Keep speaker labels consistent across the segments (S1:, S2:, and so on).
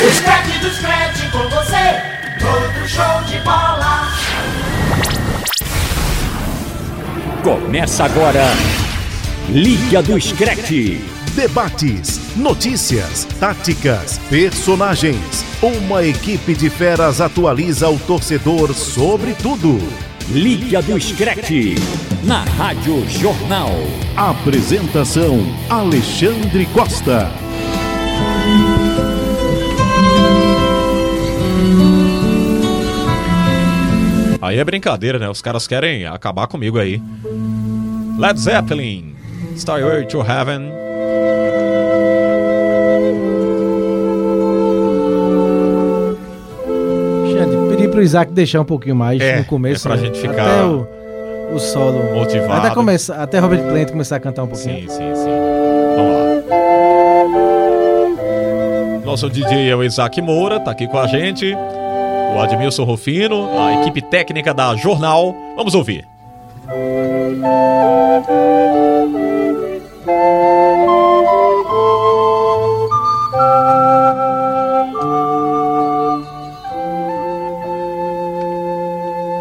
S1: do Scratch com você, todo show de bola.
S2: Começa agora, Liga do Screte.
S3: Debates, notícias, táticas, personagens. Uma equipe de feras atualiza o torcedor sobre tudo.
S2: Liga do Screte, na Rádio Jornal.
S3: Apresentação: Alexandre Costa.
S4: Aí é brincadeira, né? Os caras querem acabar comigo aí. Led Zeppelin, Stairway to Heaven.
S5: Xande, pedi pro Isaac deixar um pouquinho mais
S4: É,
S5: no começo.
S4: é pra
S5: né?
S4: gente ficar
S5: Até o, o solo.
S4: motivado.
S5: Até, começar, até Robert Plant começar a cantar um pouquinho.
S4: Sim, sim, sim. Vamos lá. Nosso DJ é o Isaac Moura, tá aqui com a gente. O Admilson Rufino, a equipe técnica da Jornal. Vamos ouvir.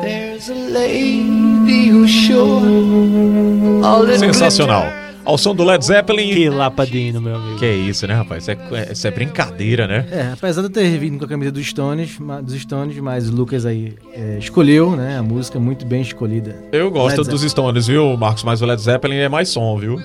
S6: There's a lady who's sure all it
S4: Sensacional. Ao som do Led
S7: Que
S4: Zeppelin.
S7: lapadinho, meu amigo.
S4: Que isso, né, rapaz? Isso é, isso é brincadeira, né?
S5: É, apesar de eu ter vindo com a camisa dos Stones, ma- dos Stones mas o Lucas aí é, escolheu, né? A música muito bem escolhida.
S4: Eu gosto
S5: Led
S4: dos Stones, viu, Marcos? Mas o Led Zeppelin é mais som, viu?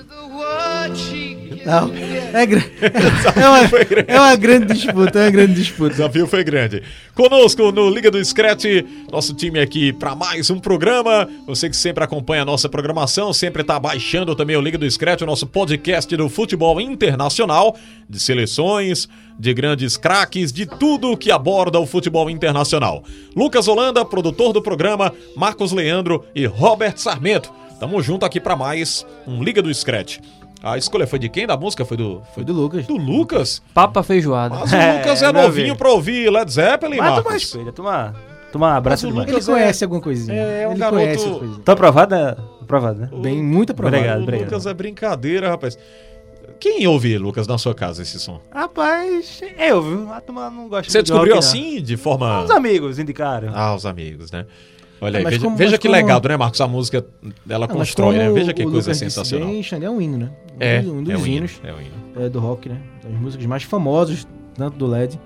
S5: Não, é, gra- é, uma, é uma grande disputa, é uma grande
S4: O
S5: disputa.
S4: desafio foi grande. Conosco no Liga do Scratch, nosso time aqui para mais um programa. Você que sempre acompanha a nossa programação, sempre está baixando também o Liga do Scratch, o nosso podcast do futebol internacional, de seleções, de grandes craques, de tudo que aborda o futebol internacional. Lucas Holanda, produtor do programa, Marcos Leandro e Robert Sarmento. Tamo junto aqui para mais um Liga do Scratch. A escolha foi de quem da música? Foi do, foi
S5: Foi
S4: do,
S5: do Lucas.
S4: do Lucas?
S7: Papa feijoada.
S4: Mas o Lucas é,
S7: meu
S4: novinho
S7: amigo.
S4: pra ouvir Led Zeppelin,
S7: Mas
S4: Marcos.
S7: toma respeito, toma, toma um
S4: Mas
S7: abraço
S4: o
S7: de mãe.
S5: Ele conhece alguma coisinha.
S4: é um
S5: Ele
S4: garoto-
S5: conhece alguma coisinha.
S7: Tá aprovado, né? Aprovado, né?
S5: Bem, muito provável.
S4: o
S7: Obrigado, obrigado.
S4: Lucas é brincadeira, rapaz. Quem ouve, Lucas, na sua casa esse som?
S7: Rapaz, eu, viu? A turma não gosta
S4: Você
S7: muito de rock,
S4: descobriu
S7: não. Ah,
S4: assim, de forma...
S7: Os amigos indicaram.
S4: Ah, os amigos, né? Olha aí,
S5: mas
S4: veja,
S5: como-
S4: veja
S5: mas
S4: que
S5: como-
S4: legado, né, Marcos? A música, ela
S5: Ah, mas
S4: constrói,
S5: como
S4: né? Veja que
S5: o
S4: coisa
S5: Lucas disse
S4: sensacional.
S5: bem, Xande, é um hino, né? Um
S4: É,
S5: dos- um
S4: é
S5: dos
S4: um hino,
S5: hinos.
S4: é um hino.
S5: é, do rock, né? Das músicas mais famosas, tanto do LED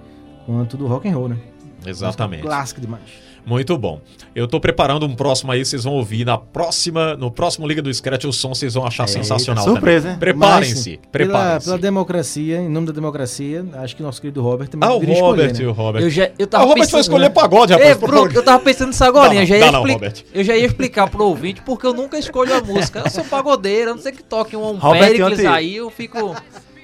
S5: quanto do rock and roll, né?
S4: Exatamente.
S5: Clássico demais.
S4: Muito bom. Eu tô preparando um próximo aí, vocês vão ouvir na próxima, no próximo Liga do Scratch o som, vocês vão achar sensacional. também.
S7: surpresa, hein?
S4: Preparem-se,
S5: Mas, Pela,
S4: preparem-se.
S5: pela democracia, em nome da democracia, acho que nosso querido Robert também
S4: Ah, o
S5: deveria
S4: Robert,
S5: escolher, né?
S4: o Robert.
S8: Eu já, eu
S4: Ah,
S8: tava
S4: o Robert
S8: pensando,
S4: vai escolher
S8: né?
S4: pagode, rapaz.
S8: É,
S4: pro
S8: pronto, eu tava pensando nisso agora,
S4: Dá não,
S8: eu, já
S4: dá
S8: ia
S4: não,
S8: expli-
S4: Robert.
S8: eu já ia explicar pro ouvinte, porque eu nunca escolho a música. Eu sou pagodeiro, a não ser que toque um
S7: Robert
S8: Péricles
S7: ontem-
S8: aí, eu fico.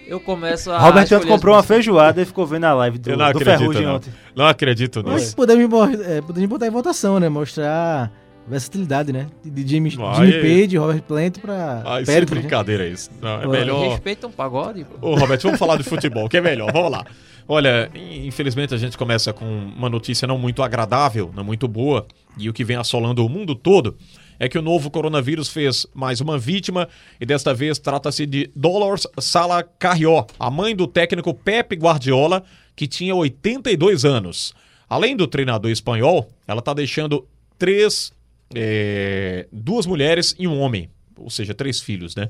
S8: Eu começo a.
S7: Robert
S8: escolher
S7: ontem
S8: Ah, as
S7: comprou uma
S8: músicas.
S7: feijoada e ficou vendo a live
S4: Eu
S7: do,
S4: não
S7: do
S4: acredito,
S7: Ferrugem
S4: não.
S7: ontem.
S4: Não acredito
S5: Mas
S4: nisso.
S5: podemos, bo- é, podemos botar em votação, né? Mostrar versatilidade, né? De Jimmy,
S4: Ai.
S5: Jimmy Page, Robert Plant pra
S4: Ai, isso é
S5: Péricles, né?
S4: brincadeira isso. Não, é
S5: Olha,
S4: melhor...
S8: Respeita um pagode. pô.
S4: Ô, Robert, vamos falar de futebol, que é melhor. Vamos lá. Olha, in- infelizmente a gente começa com uma notícia não muito agradável, não muito boa, e o que vem assolando o mundo todo é que o novo coronavírus fez mais uma vítima, e desta vez trata-se de Dolores Sala Carrió, a mãe do técnico Pepe Guardiola, que tinha 82 anos. Além do treinador espanhol, ela está deixando três, eh, duas mulheres e um homem, ou seja, três filhos, né?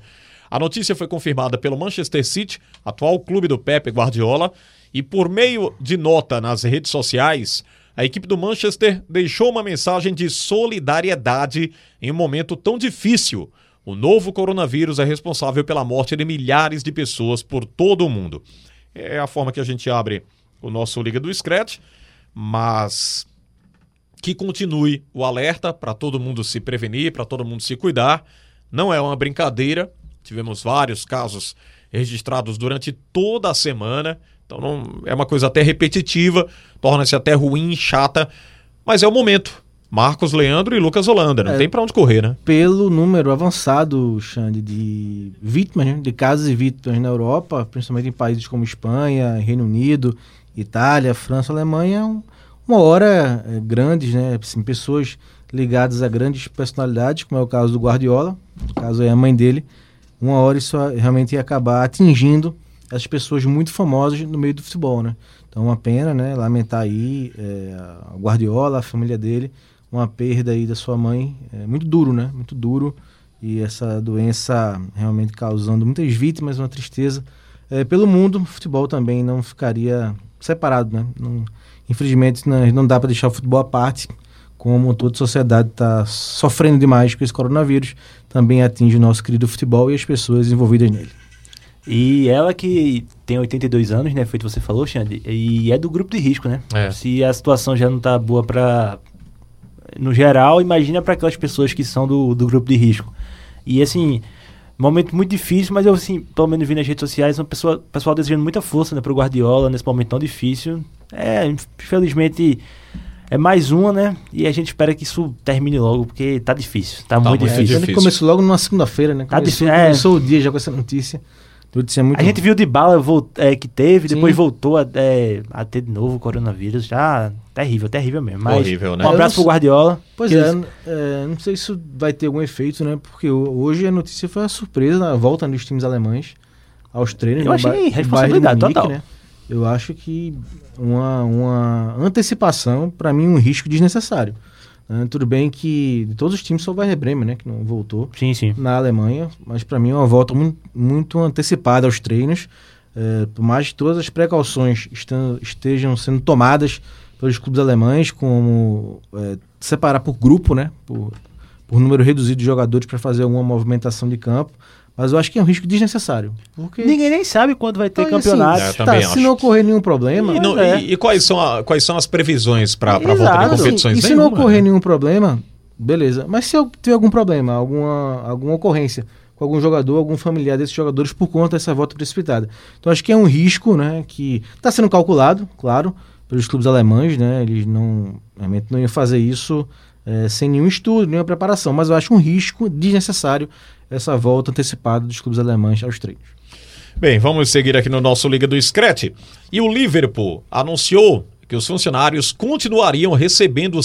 S4: A notícia foi confirmada pelo Manchester City, atual clube do Pepe Guardiola, e por meio de nota nas redes sociais, a equipe do Manchester deixou uma mensagem de solidariedade em um momento tão difícil. O novo coronavírus é responsável pela morte de milhares de pessoas por todo o mundo. É a forma que a gente abre o nosso Liga do Scratch, mas que continue o alerta para todo mundo se prevenir, para todo mundo se cuidar. Não é uma brincadeira. Tivemos vários casos registrados durante toda a semana. Então não, é uma coisa até repetitiva, torna-se até ruim, chata, mas é o momento. Marcos Leandro e Lucas Holanda, não
S5: É.
S4: tem para onde correr, né?
S5: Pelo número avançado, Xande, de vítimas, né? de casos e vítimas na Europa, principalmente em países como Espanha, Reino Unido, Itália, França, Alemanha, um- uma hora eh, grandes, né? Assim, pessoas ligadas a grandes personalidades, como é o caso do Guardiola, o caso é a mãe dele, uma hora isso ah, realmente ia acabar atingindo essas pessoas muito famosas no meio do futebol, né? Então, uma pena, né? Lamentar aí é, a Guardiola, a família dele, uma perda aí da sua mãe. É muito duro, né? Muito duro. E essa doença realmente causando muitas vítimas, uma tristeza. É, pelo mundo, o futebol também não ficaria separado, né? Não- infelizmente, não, não dá para deixar o futebol à parte, como toda sociedade está sofrendo demais com esse coronavírus. Também atinge o nosso querido futebol e as pessoas envolvidas nele.
S7: E ela que tem 82 anos, né? Foi o que você falou, Xande. E é do grupo de risco, né?
S4: É.
S7: Se a situação já não tá boa pra. No geral, imagina pra aquelas pessoas que são do, do grupo de risco. E assim, momento muito difícil, mas eu, assim, pelo menos vi nas redes sociais, o pessoa, pessoal desejando muita força né, pro Guardiola nesse momento tão difícil. É, infelizmente. É mais uma, né? E a gente espera que isso termine logo, porque tá difícil. Tá, muito
S4: muito
S7: difícil.
S5: Sendo que começou logo numa segunda-feira, né?
S7: Tá
S5: Começou,
S7: difícil, é.
S5: começou o dia já com essa notícia. Tudo isso é muito
S7: A gente viu de bala vol- é, que teve,
S5: Sim.
S7: depois voltou a, é, a ter de novo o coronavírus. Já terrível, terrível mesmo. Mas
S4: Horrível, né?
S7: Um abraço
S5: Eu não-
S7: pro Guardiola.
S5: Pois
S7: que
S5: é,
S7: eles-
S5: n- é, não sei se isso vai ter algum efeito, né? Porque ho- hoje a notícia foi uma surpresa na volta dos times alemães aos treinos.
S7: Eu
S5: no
S7: achei
S5: Ba- no Bayern
S7: responsabilidade
S5: de Munique, né.
S7: total.
S5: Eu acho que uma, uma antecipação, pra mim, um risco desnecessário. Ah, tudo bem que de todos os times só o Werder Bremen, né? Que não voltou
S7: Sim, sim.
S5: na Alemanha, mas pra mim é uma volta mu- muito, antecipada aos treinos. eh, por mais que todas as precauções estan- estejam sendo tomadas pelos clubes alemães, como eh, separar por grupo, né? Por, por número reduzido de jogadores para fazer alguma movimentação de campo. Mas eu acho que é um risco desnecessário. Porque
S7: Ninguém nem sabe quando vai ter
S5: Então, assim,
S7: campeonato.
S4: É, eu
S5: tá,
S4: também
S5: se
S4: acho.
S5: não ocorrer nenhum problema.
S4: E, não-
S7: é.
S4: e- e quais, são a- quais são as previsões para a volta de
S7: Exato.
S4: competições?
S5: E se
S4: Nenhuma,
S5: não ocorrer
S4: né?
S5: nenhum problema, beleza. Mas se eu tiver algum problema, alguma, alguma ocorrência com algum jogador, algum familiar desses jogadores por conta dessa volta precipitada. Então acho que é um risco, né, que está sendo calculado, claro, pelos clubes alemães, né? Eles não realmente não iam fazer isso eh, sem nenhum estudo, nenhuma preparação. Mas eu acho um risco desnecessário essa volta antecipada dos clubes alemães aos treinos.
S4: Bem, vamos seguir aqui no nosso Liga do Scratch. E o Liverpool anunciou que os funcionários continuariam recebendo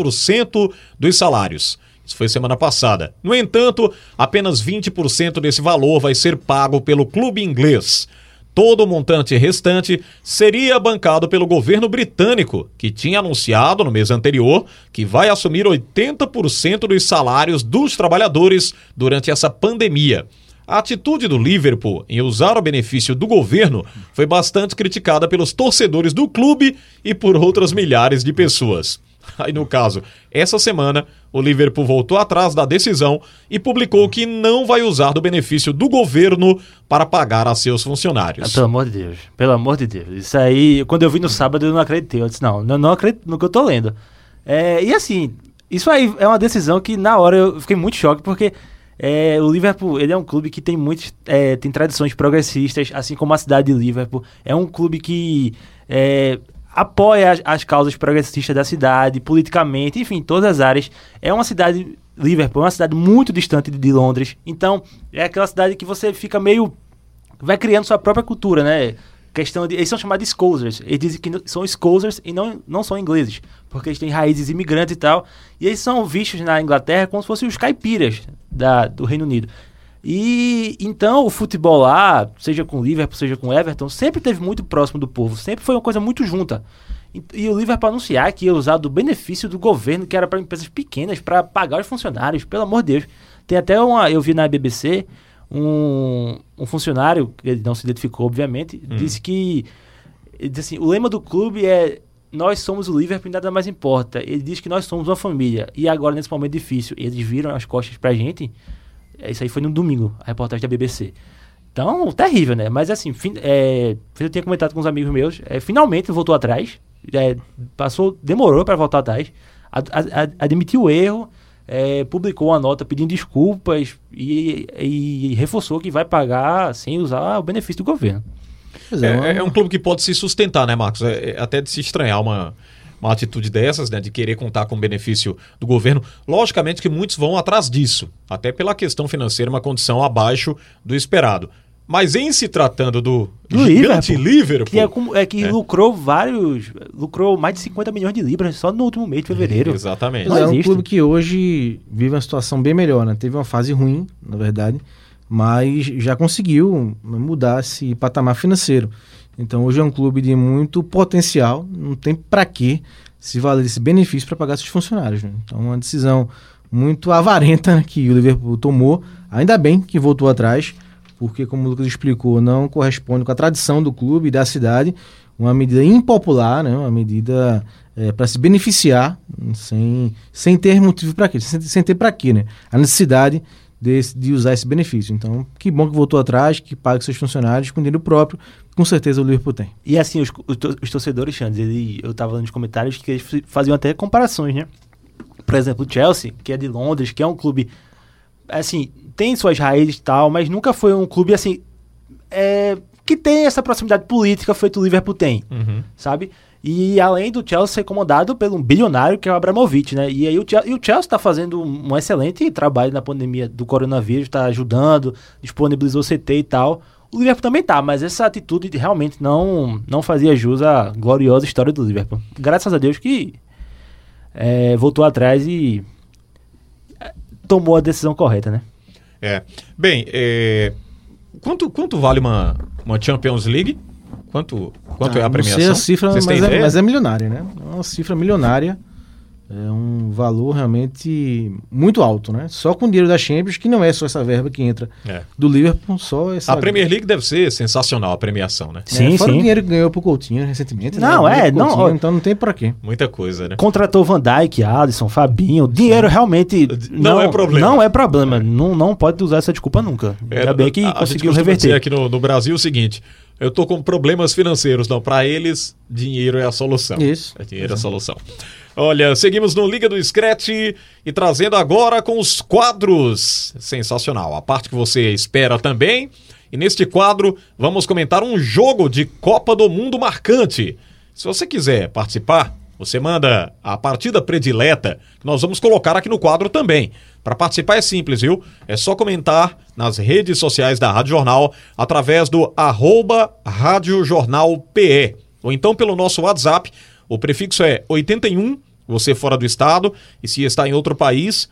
S4: 100% dos salários. Isso foi semana passada. No entanto, apenas 20% desse valor vai ser pago pelo clube inglês. Todo o montante restante seria bancado pelo governo britânico, que tinha anunciado no mês anterior que vai assumir 80% dos salários dos trabalhadores durante essa pandemia. A atitude do Liverpool em usar o benefício do governo foi bastante criticada pelos torcedores do clube e por outras milhares de pessoas. Aí, no caso, essa semana, o Liverpool voltou atrás da decisão e publicou que não vai usar do benefício do governo para pagar a seus
S7: Ah,
S4: funcionários.
S7: Pelo amor de Deus, pelo amor de Deus. Isso aí, quando eu vi no sábado, eu não acreditei. Eu disse, não, não, não acredito no que eu tô lendo. É, e assim, isso aí é uma decisão que na hora eu fiquei muito choque, porque é, o Liverpool, ele é um clube que tem muitos, é, tem tradições progressistas, assim como a cidade de Liverpool. É um clube que é, apoia as, as causas progressistas da cidade, politicamente, enfim, em todas as áreas. É uma cidade, Liverpool, é uma cidade muito distante de- de Londres. Então, é aquela cidade que você fica meio vai criando sua própria cultura, né? Questão de, eles são chamados de scholars. Eles dizem que não- são scholars e não, não são ingleses, porque eles têm raízes imigrantes e tal. E eles são vistos na Inglaterra como se fossem os caipiras da, do Reino Unido. E então o futebol lá, seja com o Liverpool, seja com o Everton, sempre teve muito próximo do povo, sempre foi uma coisa muito junta. E, e o Liverpool anunciar que ia usar do benefício do governo, que era para empresas pequenas, para pagar os funcionários, pelo amor de Deus. Tem até uma, eu vi na BBC, um, um funcionário, que ele não se identificou, obviamente, disse que. Ele disse assim, o lema do clube é nós somos o Liverpool e nada mais importa. Ele diz que nós somos uma família. E agora, nesse momento difícil, eles viram as costas pra gente. É, Isso aí foi no domingo, a reportagem da BBC. Então, terrível, né? Mas assim, fin- é, eu tinha comentado com uns amigos meus, é, finalmente voltou atrás. é, passou, demorou para voltar atrás. ad- ad- ad- admitiu o erro, é, publicou uma nota pedindo desculpas e, e reforçou que vai pagar sem usar o benefício do governo.
S5: Pois uma-
S4: É, é um clube que pode se sustentar, né, Marcos? É, é até de se estranhar uma, uma atitude dessas, né? De querer contar com o benefício do governo. Logicamente que muitos vão atrás disso, até pela questão financeira, uma condição abaixo do esperado. Mas em se tratando do,
S7: Do
S4: gigante
S7: Liverpool,
S4: Liverpool,
S7: Que é, como- é que
S4: É.
S7: lucrou vários. Lucrou mais de 50 milhões de libras só no último mês de fevereiro.
S4: Exatamente.
S7: Não
S5: Mas é um
S7: existe.
S5: clube que hoje vive uma situação bem melhor, né? Teve uma fase ruim, na verdade, mas já conseguiu né, mudar esse patamar financeiro. Então hoje é um clube de muito potencial, não tem para que se valer desse benefício para pagar seus funcionários. Né? Então uma decisão muito avarenta né, que o Liverpool tomou, ainda bem que voltou atrás, porque como o Lucas explicou, não corresponde com a tradição do clube e da cidade, uma medida impopular, né, uma medida é, para se beneficiar sem, sem ter motivo para quê, sem, sem ter para quê, né? A necessidade desse- de usar esse benefício. Então, que bom que voltou atrás, que pague seus funcionários com dinheiro próprio, com certeza o Liverpool tem.
S7: E assim, os, os to- os torcedores, Xandes, ele, eu tava lendo nos comentários que eles fi- faziam até comparações, né? Por exemplo, o Chelsea, que é de Londres, que é um clube, assim, tem suas raízes e tal, mas nunca foi um clube, assim, é, que tem essa proximidade política feito o Liverpool tem, sabe? E além do Chelsea ser comandado pelo um bilionário que é o Abramovich, né? E aí o Chelsea, e o Chelsea está fazendo um excelente trabalho na pandemia do coronavírus, está ajudando, disponibilizou CT e tal. O Liverpool também tá, mas essa atitude realmente não não fazia jus à gloriosa história do Liverpool. Graças a Deus que é, voltou atrás e é, tomou a decisão correta, né?
S4: É. Bem, é, quanto, quanto vale uma, uma Champions League? Quanto, quanto é
S5: Ah,
S4: a premiação?
S5: Não sei a cifra,
S4: Vocês
S5: mas
S4: têm
S5: é,
S4: ideia?
S5: mas é milionária, né? É uma cifra milionária. É um valor realmente muito alto, né? Só com o dinheiro da Champions, que não é só essa verba que entra
S4: É.
S5: do Liverpool, só essa.
S4: A Premier League deve ser sensacional a premiação, né?
S5: É, fora o dinheiro que ganhou pro Coutinho recentemente. né?
S7: Não,
S5: O dinheiro
S7: é,
S5: pro
S7: não,
S5: Coutinho,
S7: ó-
S5: Então não tem pra quê.
S4: Muita coisa, né?
S7: Contratou Van Dijk, Alisson, Fabinho. Dinheiro realmente
S4: Não é problema.
S7: Não é problema. Não, não pode usar essa desculpa nunca. Ainda bem que
S4: É, a- a gente
S7: conseguiu
S4: costuma dizer
S7: reverter.
S4: aqui no, no Brasil o seguinte: eu tô com problemas financeiros. Não, para eles, dinheiro é a solução.
S5: Isso.
S4: É dinheiro é a solução. Olha, seguimos no Liga do Scratch e trazendo agora com os quadros. Sensacional. A parte que você espera também. E neste quadro, vamos comentar um jogo de Copa do Mundo marcante. Se você quiser participar, você manda a partida predileta, que nós vamos colocar aqui no quadro também. Para participar é simples, viu? É só comentar nas redes sociais da Rádio Jornal através do arroba Rádio Jornal PE. Ou então pelo nosso WhatsApp, o prefixo é 81, você fora do estado, e se está em outro país,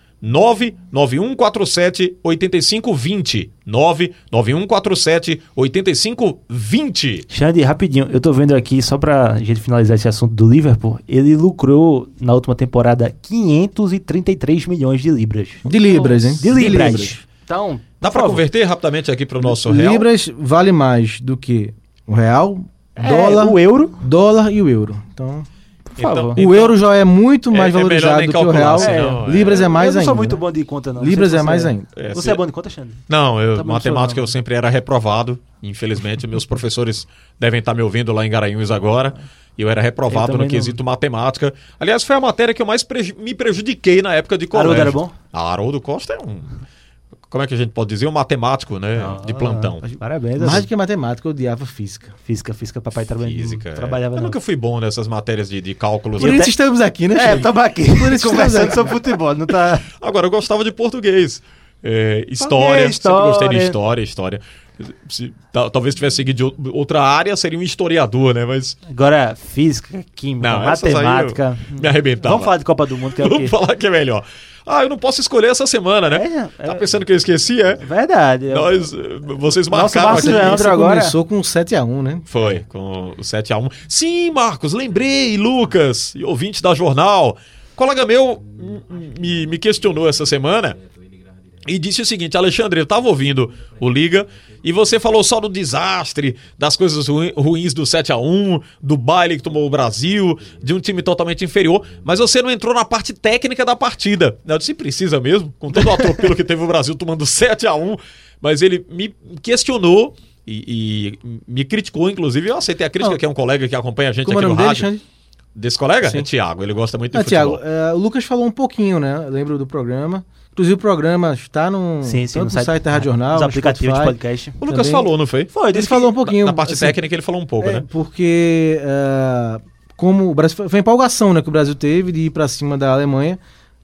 S4: 99147 8520. 99147 8520.
S7: Xande, rapidinho, eu tô vendo aqui, só pra gente finalizar esse assunto do Liverpool, ele lucrou na última temporada 533 milhões de libras.
S5: De Libras, hein?
S7: De libras. Então,
S4: Dá para converter rapidamente aqui para o nosso real?
S5: Libras vale mais do que o real,
S7: é,
S5: dólar,
S7: o euro,
S5: dólar e o euro. Então,
S7: por
S4: Então,
S7: favor.
S4: Então,
S5: o euro já é muito
S4: é-
S5: mais
S4: é melhor
S5: valorizado
S4: nem
S5: do que o
S4: calcular,
S5: real.
S4: senão, é.
S5: Libras é mais
S7: eu não
S5: ainda.
S7: sou muito
S5: né?
S7: bom de conta, não.
S5: Libras
S7: Não sei se
S5: é mais
S7: você
S5: ainda.
S4: É,
S7: Você
S4: se-
S7: é bom de conta, Xande?
S4: Não, eu,
S7: Tá bom,
S4: matemática
S7: senhor, não.
S4: eu sempre era reprovado. Infelizmente, meus professores devem estar me ouvindo lá em Garanhuns agora. E eu era reprovado
S7: Eu
S4: no
S7: também não.
S4: quesito matemática. Aliás, foi a matéria que eu mais preju- me prejudiquei na época de colégio.
S7: Haroldo era bom?
S4: Ah, Haroldo Costa é um... Como é que a gente pode dizer? Um matemático, né?
S7: Ah,
S4: de plantão.
S7: Parabéns.
S5: Mais
S7: assim.
S5: do que matemática, eu odiava física.
S7: Física, física, papai trabalhava.
S4: Física. é.
S7: Trabalhava
S4: eu
S7: não.
S4: nunca fui bom nessas matérias de, de cálculos.
S5: Por
S4: né?
S5: isso estamos aqui, né?
S7: É,
S5: Xande?
S7: tava aqui
S5: Por isso que
S7: conversando
S5: tá-
S7: sobre futebol, não tá...
S4: Agora, eu gostava de português. É, história,
S7: história.
S4: Sempre gostei de história, história. Se- tal- talvez tivesse seguido ou- outra área, seria um historiador, né? Mas
S7: Agora, física, química,
S4: Não, essas aí eu
S7: matemática.
S4: me arrebentava.
S7: Vamos falar de Copa do Mundo, que é o quê?
S4: Vamos falar que é melhor. Ah, eu não posso escolher essa semana, né?
S7: É, é.
S4: Tá pensando que eu esqueci, é?
S7: Verdade. eu-
S4: Nós, eh, vocês
S7: Nosso
S4: marcaram aqui.
S7: Márcio Leandro
S5: Você
S7: agora.
S5: começou com 7x1, né?
S4: Foi, com o 7x1. Sim, Marcos, lembrei, Lucas, e ouvinte da jornal. Colega meu m- m- me, me questionou essa semana e disse o seguinte: Alexandre, eu estava ouvindo o Liga e você falou só do desastre, das coisas ruim- ruins do 7x1, do baile que tomou o Brasil, de um time totalmente inferior, mas você não entrou na parte técnica da partida. Eu disse: precisa mesmo, com todo o atropelo que teve o Brasil tomando 7x1, mas ele me questionou. E, e me criticou, inclusive. Eu aceitei a crítica,
S5: Não.
S4: que é um colega que acompanha a gente
S5: Como é
S4: aqui
S5: o
S4: no
S5: nome dele,
S4: rádio.
S5: Xande?
S4: Desse colega?
S5: Sim.
S4: É Tiago, ele gosta muito de
S5: Ah, Tiago,
S4: futebol.
S5: eh, o Lucas falou um pouquinho, né? Eu lembro do programa. Inclusive o programa está no,
S7: Sim, sim,
S5: tanto no site, da Rádio Jornal,
S7: Os
S5: no
S7: aplicativos de
S5: Spotify.
S7: podcast.
S4: O Lucas
S5: também-
S4: falou, não foi?
S7: Foi,
S5: Ele falou um pouquinho.
S4: Na parte
S5: assim,
S4: técnica ele falou um pouco,
S5: é,
S4: né?
S5: Porque eh, como o Brasil foi- foi a empolgação né, que o Brasil teve de ir para cima da Alemanha.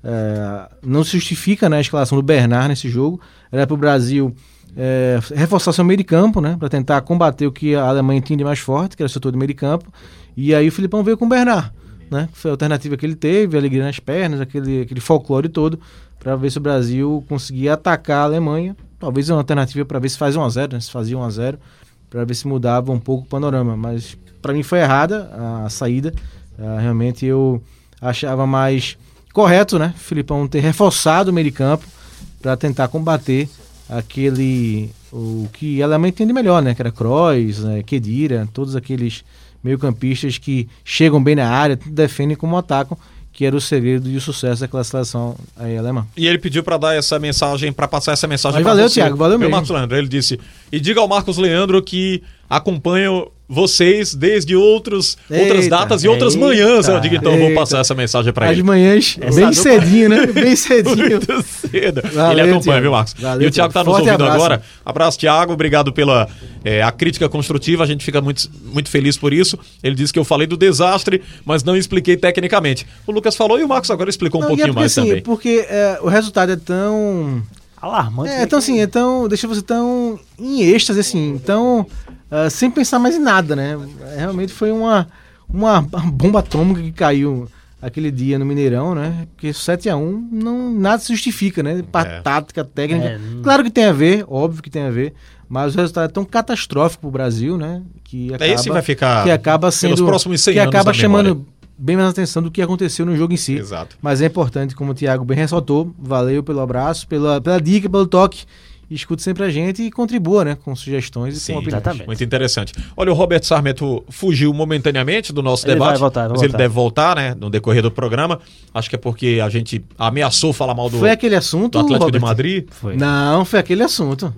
S5: eh, não se justifica né, a escalação do Bernard nesse jogo. Era para o Brasil eh, reforçar seu meio de campo, né? Para tentar combater o que a Alemanha tinha de mais forte, que era o setor do meio de campo. E aí o Filipão veio com o Bernard, né? Foi a alternativa que ele teve, a alegria nas pernas, aquele, aquele folclore todo, para ver se o Brasil conseguia atacar a Alemanha talvez uma alternativa para ver se faz 1 a 0 né? se fazia 1 a 0 para ver se mudava um pouco o panorama. Mas para mim foi errada a saída. Ah, realmente eu achava mais correto, né? Filipão ter reforçado o meio de campo para tentar combater aquele o que Alemanha tem de melhor, né? Que era Kroos, né? Kedira, todos aqueles meio-campistas que chegam bem na área, tanto defendem como atacam, que era o segredo e o sucesso daquela seleção aí alemã.
S4: E ele pediu pra dar essa mensagem, pra passar essa mensagem
S5: Mas
S4: pra
S5: valeu,
S4: você.
S5: Thiago, valeu
S4: Meu
S5: mesmo.
S4: Marcos Leandro, ele disse: "E diga ao Marcos Leandro que acompanho vocês desde outros outras
S5: Eita,
S4: datas e outras
S7: eita,
S4: manhãs". Eu digo, então eu vou
S5: eita.
S4: passar essa mensagem pra
S5: As
S4: ele. É,
S5: manhãs,
S7: Essa
S5: bem
S7: dupla-
S5: cedinho, né? Bem cedinho.
S4: Muito cedo.
S5: Valeu,
S4: Ele acompanha,
S5: Thiago.
S4: viu, Marcos?
S5: Valeu,
S4: e o Thiago tá
S5: Thiago.
S4: nos
S5: Forte
S4: ouvindo
S5: abraço.
S4: agora. Abraço, Thiago. Obrigado pela eh, a crítica construtiva. A gente fica muito, muito feliz por isso. Ele disse que eu falei do desastre, mas não expliquei tecnicamente. O Lucas falou e o Marcos agora explicou um
S5: Não, e é
S4: pouquinho
S5: porque,
S4: mais
S5: assim,
S4: também.
S5: Porque é, o resultado é tão
S7: Alarmante.
S5: É,
S7: né?
S5: então assim, então deixa você tão em êxtase, assim, então ah, sem pensar mais em nada, né? Realmente foi uma, uma bomba atômica que caiu aquele dia no Mineirão, né? Porque 7x1 não, nada se justifica, né? Pra
S4: É.
S5: tática, técnica.
S7: É, não-
S5: Claro que tem a ver, óbvio que tem a ver, mas o resultado é tão catastrófico pro Brasil, né? Que acaba,
S4: É esse vai ficar
S5: que acaba
S4: pelos
S5: sendo.
S4: próximos 100
S5: que
S4: anos
S5: acaba
S4: na
S5: chamando
S4: memória.
S5: bem mais atenção do que aconteceu no jogo em si.
S4: Exato.
S5: Mas é importante, como o Thiago bem ressaltou, valeu pelo abraço, pela, pela dica, pelo toque. Escute sempre a gente e contribua, né? Com sugestões e
S4: Sim,
S5: com opiniões.
S7: exatamente.
S4: Muito interessante. Olha, o Robert Sarmento fugiu momentaneamente do nosso
S7: Ele
S4: debate.
S7: vai voltar, vai
S4: mas ele
S7: voltar.
S4: deve voltar, né? No decorrer do programa. Acho que é porque a gente ameaçou falar mal do,
S5: Foi aquele assunto.
S4: do Atlético de
S5: Robert?
S4: Madrid.
S7: Foi.
S5: Não, foi aquele assunto.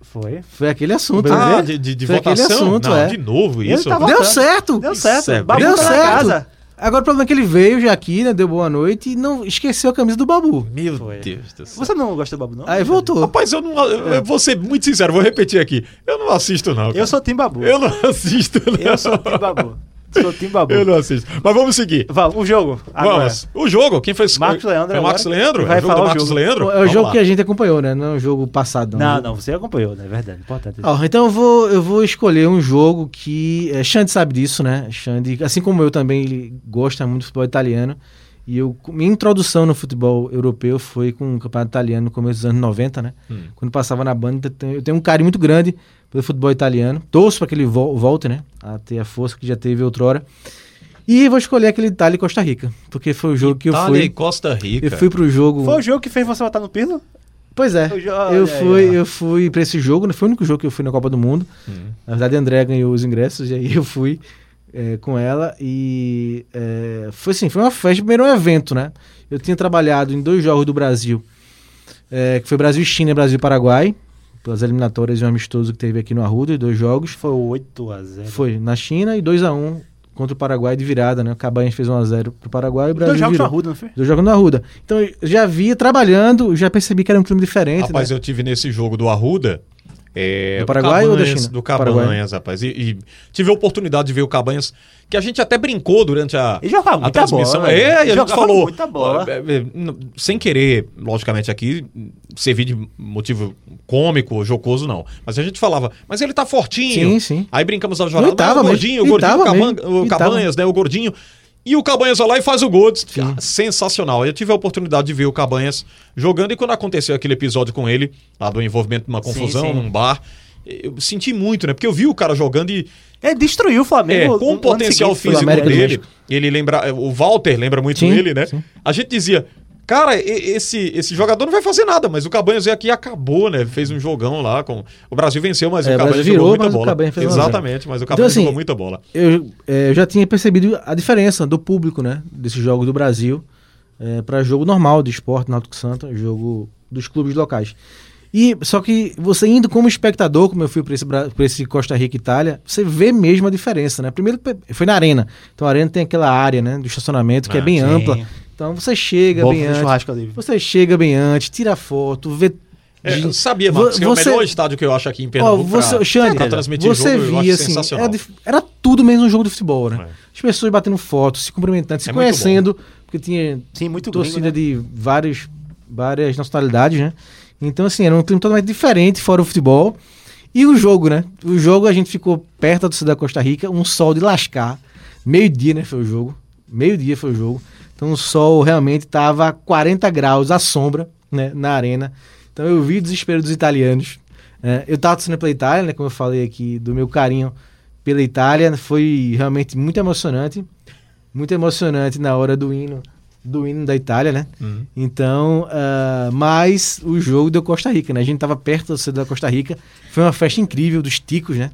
S7: Foi.
S5: Foi aquele assunto. né?
S4: Ah, de, de, de
S5: Foi aquele
S4: votação?
S5: assunto,
S4: Não,
S5: é.
S4: de novo
S7: Ele
S4: isso.
S7: tava-
S5: Deu
S7: Voltando.
S5: certo!
S7: Deu certo.
S4: Isso é
S7: Babu
S5: Deu
S7: tá na
S5: certo.
S7: casa.
S5: Agora o problema é que ele veio já aqui, né? Deu boa noite e não esqueceu a camisa do Babu.
S4: Meu
S7: Foi.
S4: Deus do céu.
S7: Você não gosta do Babu, não?
S5: Aí voltou.
S4: Rapaz, eu não. Eu, eu vou ser muito sincero, vou repetir aqui. Eu não assisto, não. cara.
S7: Eu sou Tim Babu.
S4: Eu não assisto, não.
S7: Eu sou um Tim Babu. Sou Tim Babu.
S4: Eu não assisto. Mas vamos seguir.
S7: Vamos, o jogo. Agora.
S4: Vamos. O jogo, quem fez
S7: Marcos Leandro
S4: Foi Marcos
S7: agora.
S4: Leandro?
S7: Vai
S4: É o jogo
S7: falar
S4: do
S7: o
S4: Marcos
S7: jogo.
S4: Leandro?
S5: É o jogo
S4: Vamos
S5: que
S4: lá.
S5: a gente acompanhou, né? Não é um jogo passado.
S7: Não, não, você acompanhou, né? É verdade. Importante. isso.
S5: Ó, então eu vou, eu vou escolher um jogo que. É, Xande sabe disso, né? Xande, assim como eu também, ele gosta muito do futebol italiano. E eu, minha introdução no futebol europeu foi com o campeonato italiano no começo dos anos 90, né?
S4: Hum.
S5: Quando passava na banda, tem- eu tenho um carinho muito grande pelo futebol italiano. Torço para que ele vol- volte, né? A ter a força que já teve outrora. E vou escolher aquele Itália e Costa Rica, porque foi o jogo que eu
S4: Itália e
S5: fui.
S4: Costa Rica.
S5: Eu fui pro jogo.
S7: Foi o jogo que fez você votar no Pirlo?
S5: Pois é.
S7: O jo- olha
S5: Eu
S7: aí, ó. Hum.
S5: fui, eu fui para esse jogo, né? foi o único jogo que eu fui na Copa do Mundo. Na verdade, a André ganhou os ingressos e aí eu fui é, com ela e é, foi assim, foi uma festa, primeiro um evento, né? Eu tinha trabalhado em dois jogos do Brasil, é, que foi Brasil e China, e Brasil e Paraguai, pelas eliminatórias e um amistoso que teve aqui no Arruda, e dois jogos.
S7: Foi 8x0.
S5: Foi na China e 2 a 1 contra o Paraguai de virada, né? O Cabanhas fez 1 a 0 pro Paraguai e o Brasil
S7: Dois jogos na
S5: virou.
S7: Ruda, não foi?
S5: Dois jogos no Arruda. Então, eu já via trabalhando, já percebi que era um clube diferente, né?
S4: Rapaz, eu tive nesse jogo do Arruda. é,
S5: Do Paraguai ou da
S4: Cabanhas,
S5: China?
S4: Do
S5: Paraguai.
S4: Cabanhas, rapaz. E, e tive a oportunidade de ver o Cabanhas, que a gente até brincou durante a,
S7: Ele jogava
S4: a
S7: muita
S4: transmissão.
S7: bola,
S4: é,
S7: né?
S4: e a
S7: Ele
S4: gente
S7: jogava
S4: falou.
S7: muita bola.
S4: ó, é, é, n- Sem querer, logicamente, aqui servir de motivo cômico ou jocoso, não. Mas a gente falava, mas ele tá fortinho.
S5: Sim, sim.
S4: Aí brincamos na jornada.
S5: Ele tava
S4: mas o
S5: mesmo,
S4: gordinho, o
S5: ele
S4: gordinho, o,
S5: tava
S4: Caban-
S5: mesmo,
S4: o
S5: ele tava
S4: Cabanhas, né? O gordinho. E o Cabanhas vai lá e faz o gol. Ah, sensacional. Eu tive a oportunidade de ver o Cabanhas jogando e quando aconteceu aquele episódio com ele, lá do envolvimento numa confusão,
S7: sim.
S4: num bar, eu senti muito, né? Porque eu vi o cara jogando e
S7: Ele destruiu o
S4: é,
S5: um-
S7: Flamengo. um
S4: com o potencial físico
S5: América do
S4: dele,
S5: México.
S4: ele lembra, eh, o Walter lembra muito
S5: Sim,
S4: ele, né? A gente dizia, cara, e- esse, esse jogador não vai fazer nada, mas o Cabanhas veio aqui e acabou, né? Fez um jogão lá com o Brasil venceu, mas
S5: É,
S4: o
S5: o
S4: Cabanhas
S5: Brasil
S4: jogou
S5: virou,
S4: muita
S5: mas o
S4: bola.
S5: Cabanhas fez um a zero.
S4: Exatamente, mas o
S5: Então,
S4: Cabanhas
S5: assim,
S4: jogou muita bola.
S5: eu, eh, eu já tinha percebido a diferença do público, né? Desse jogo do Brasil para jogo normal de esporte, Náutico Santa, jogo dos clubes locais. E só que você indo como espectador, como eu fui para esse, Bra- pra esse Costa Rica e Itália, você vê mesmo a diferença, né? Primeiro pe- foi na arena. Então a arena tem aquela área, né, do estacionamento que é
S4: Ah,
S5: bem
S7: sim.
S5: ampla. Então você chega
S7: Bom,
S5: bem
S7: foi um
S5: antes.
S7: churrasco ali.
S5: Você chega bem antes, tira foto, vê
S4: É,
S5: de-
S4: eu sabia, Marcos,
S5: Vo-
S4: que é o
S5: você-
S4: melhor estádio que eu acho aqui em
S5: Ó,
S4: Pernambuco
S5: você,
S4: pra,
S5: Xande,
S4: pra transmitir
S5: você
S4: jogo, eu
S5: via
S4: acho
S5: assim,
S4: sensacional.
S5: era, dif- era tudo menos um jogo de futebol, né?
S4: É.
S5: As pessoas batendo foto, se cumprimentando, se
S4: É muito
S5: conhecendo, porque tinha
S7: Sim, muito
S5: torcida
S7: gringo, né?
S5: de vários, várias nacionalidades, né? Então, assim, era um clima totalmente diferente, fora o futebol. E o jogo, né? O jogo a gente ficou perto da torcida da Costa Rica, um sol de lascar. Meio-dia, né? Foi o jogo. Meio-dia foi o jogo. Então o sol realmente estava a 40 graus à sombra, né? Na arena. Então eu vi o desespero dos italianos. É, eu tava torcendo pela Itália, né? Como eu falei aqui, do meu carinho pela Itália. Foi realmente muito emocionante. Muito emocionante na hora do hino do hino da Itália, né? Então, ah, mas o jogo deu Costa Rica, né? A gente tava perto do da Costa Rica. Foi uma festa incrível dos ticos, né?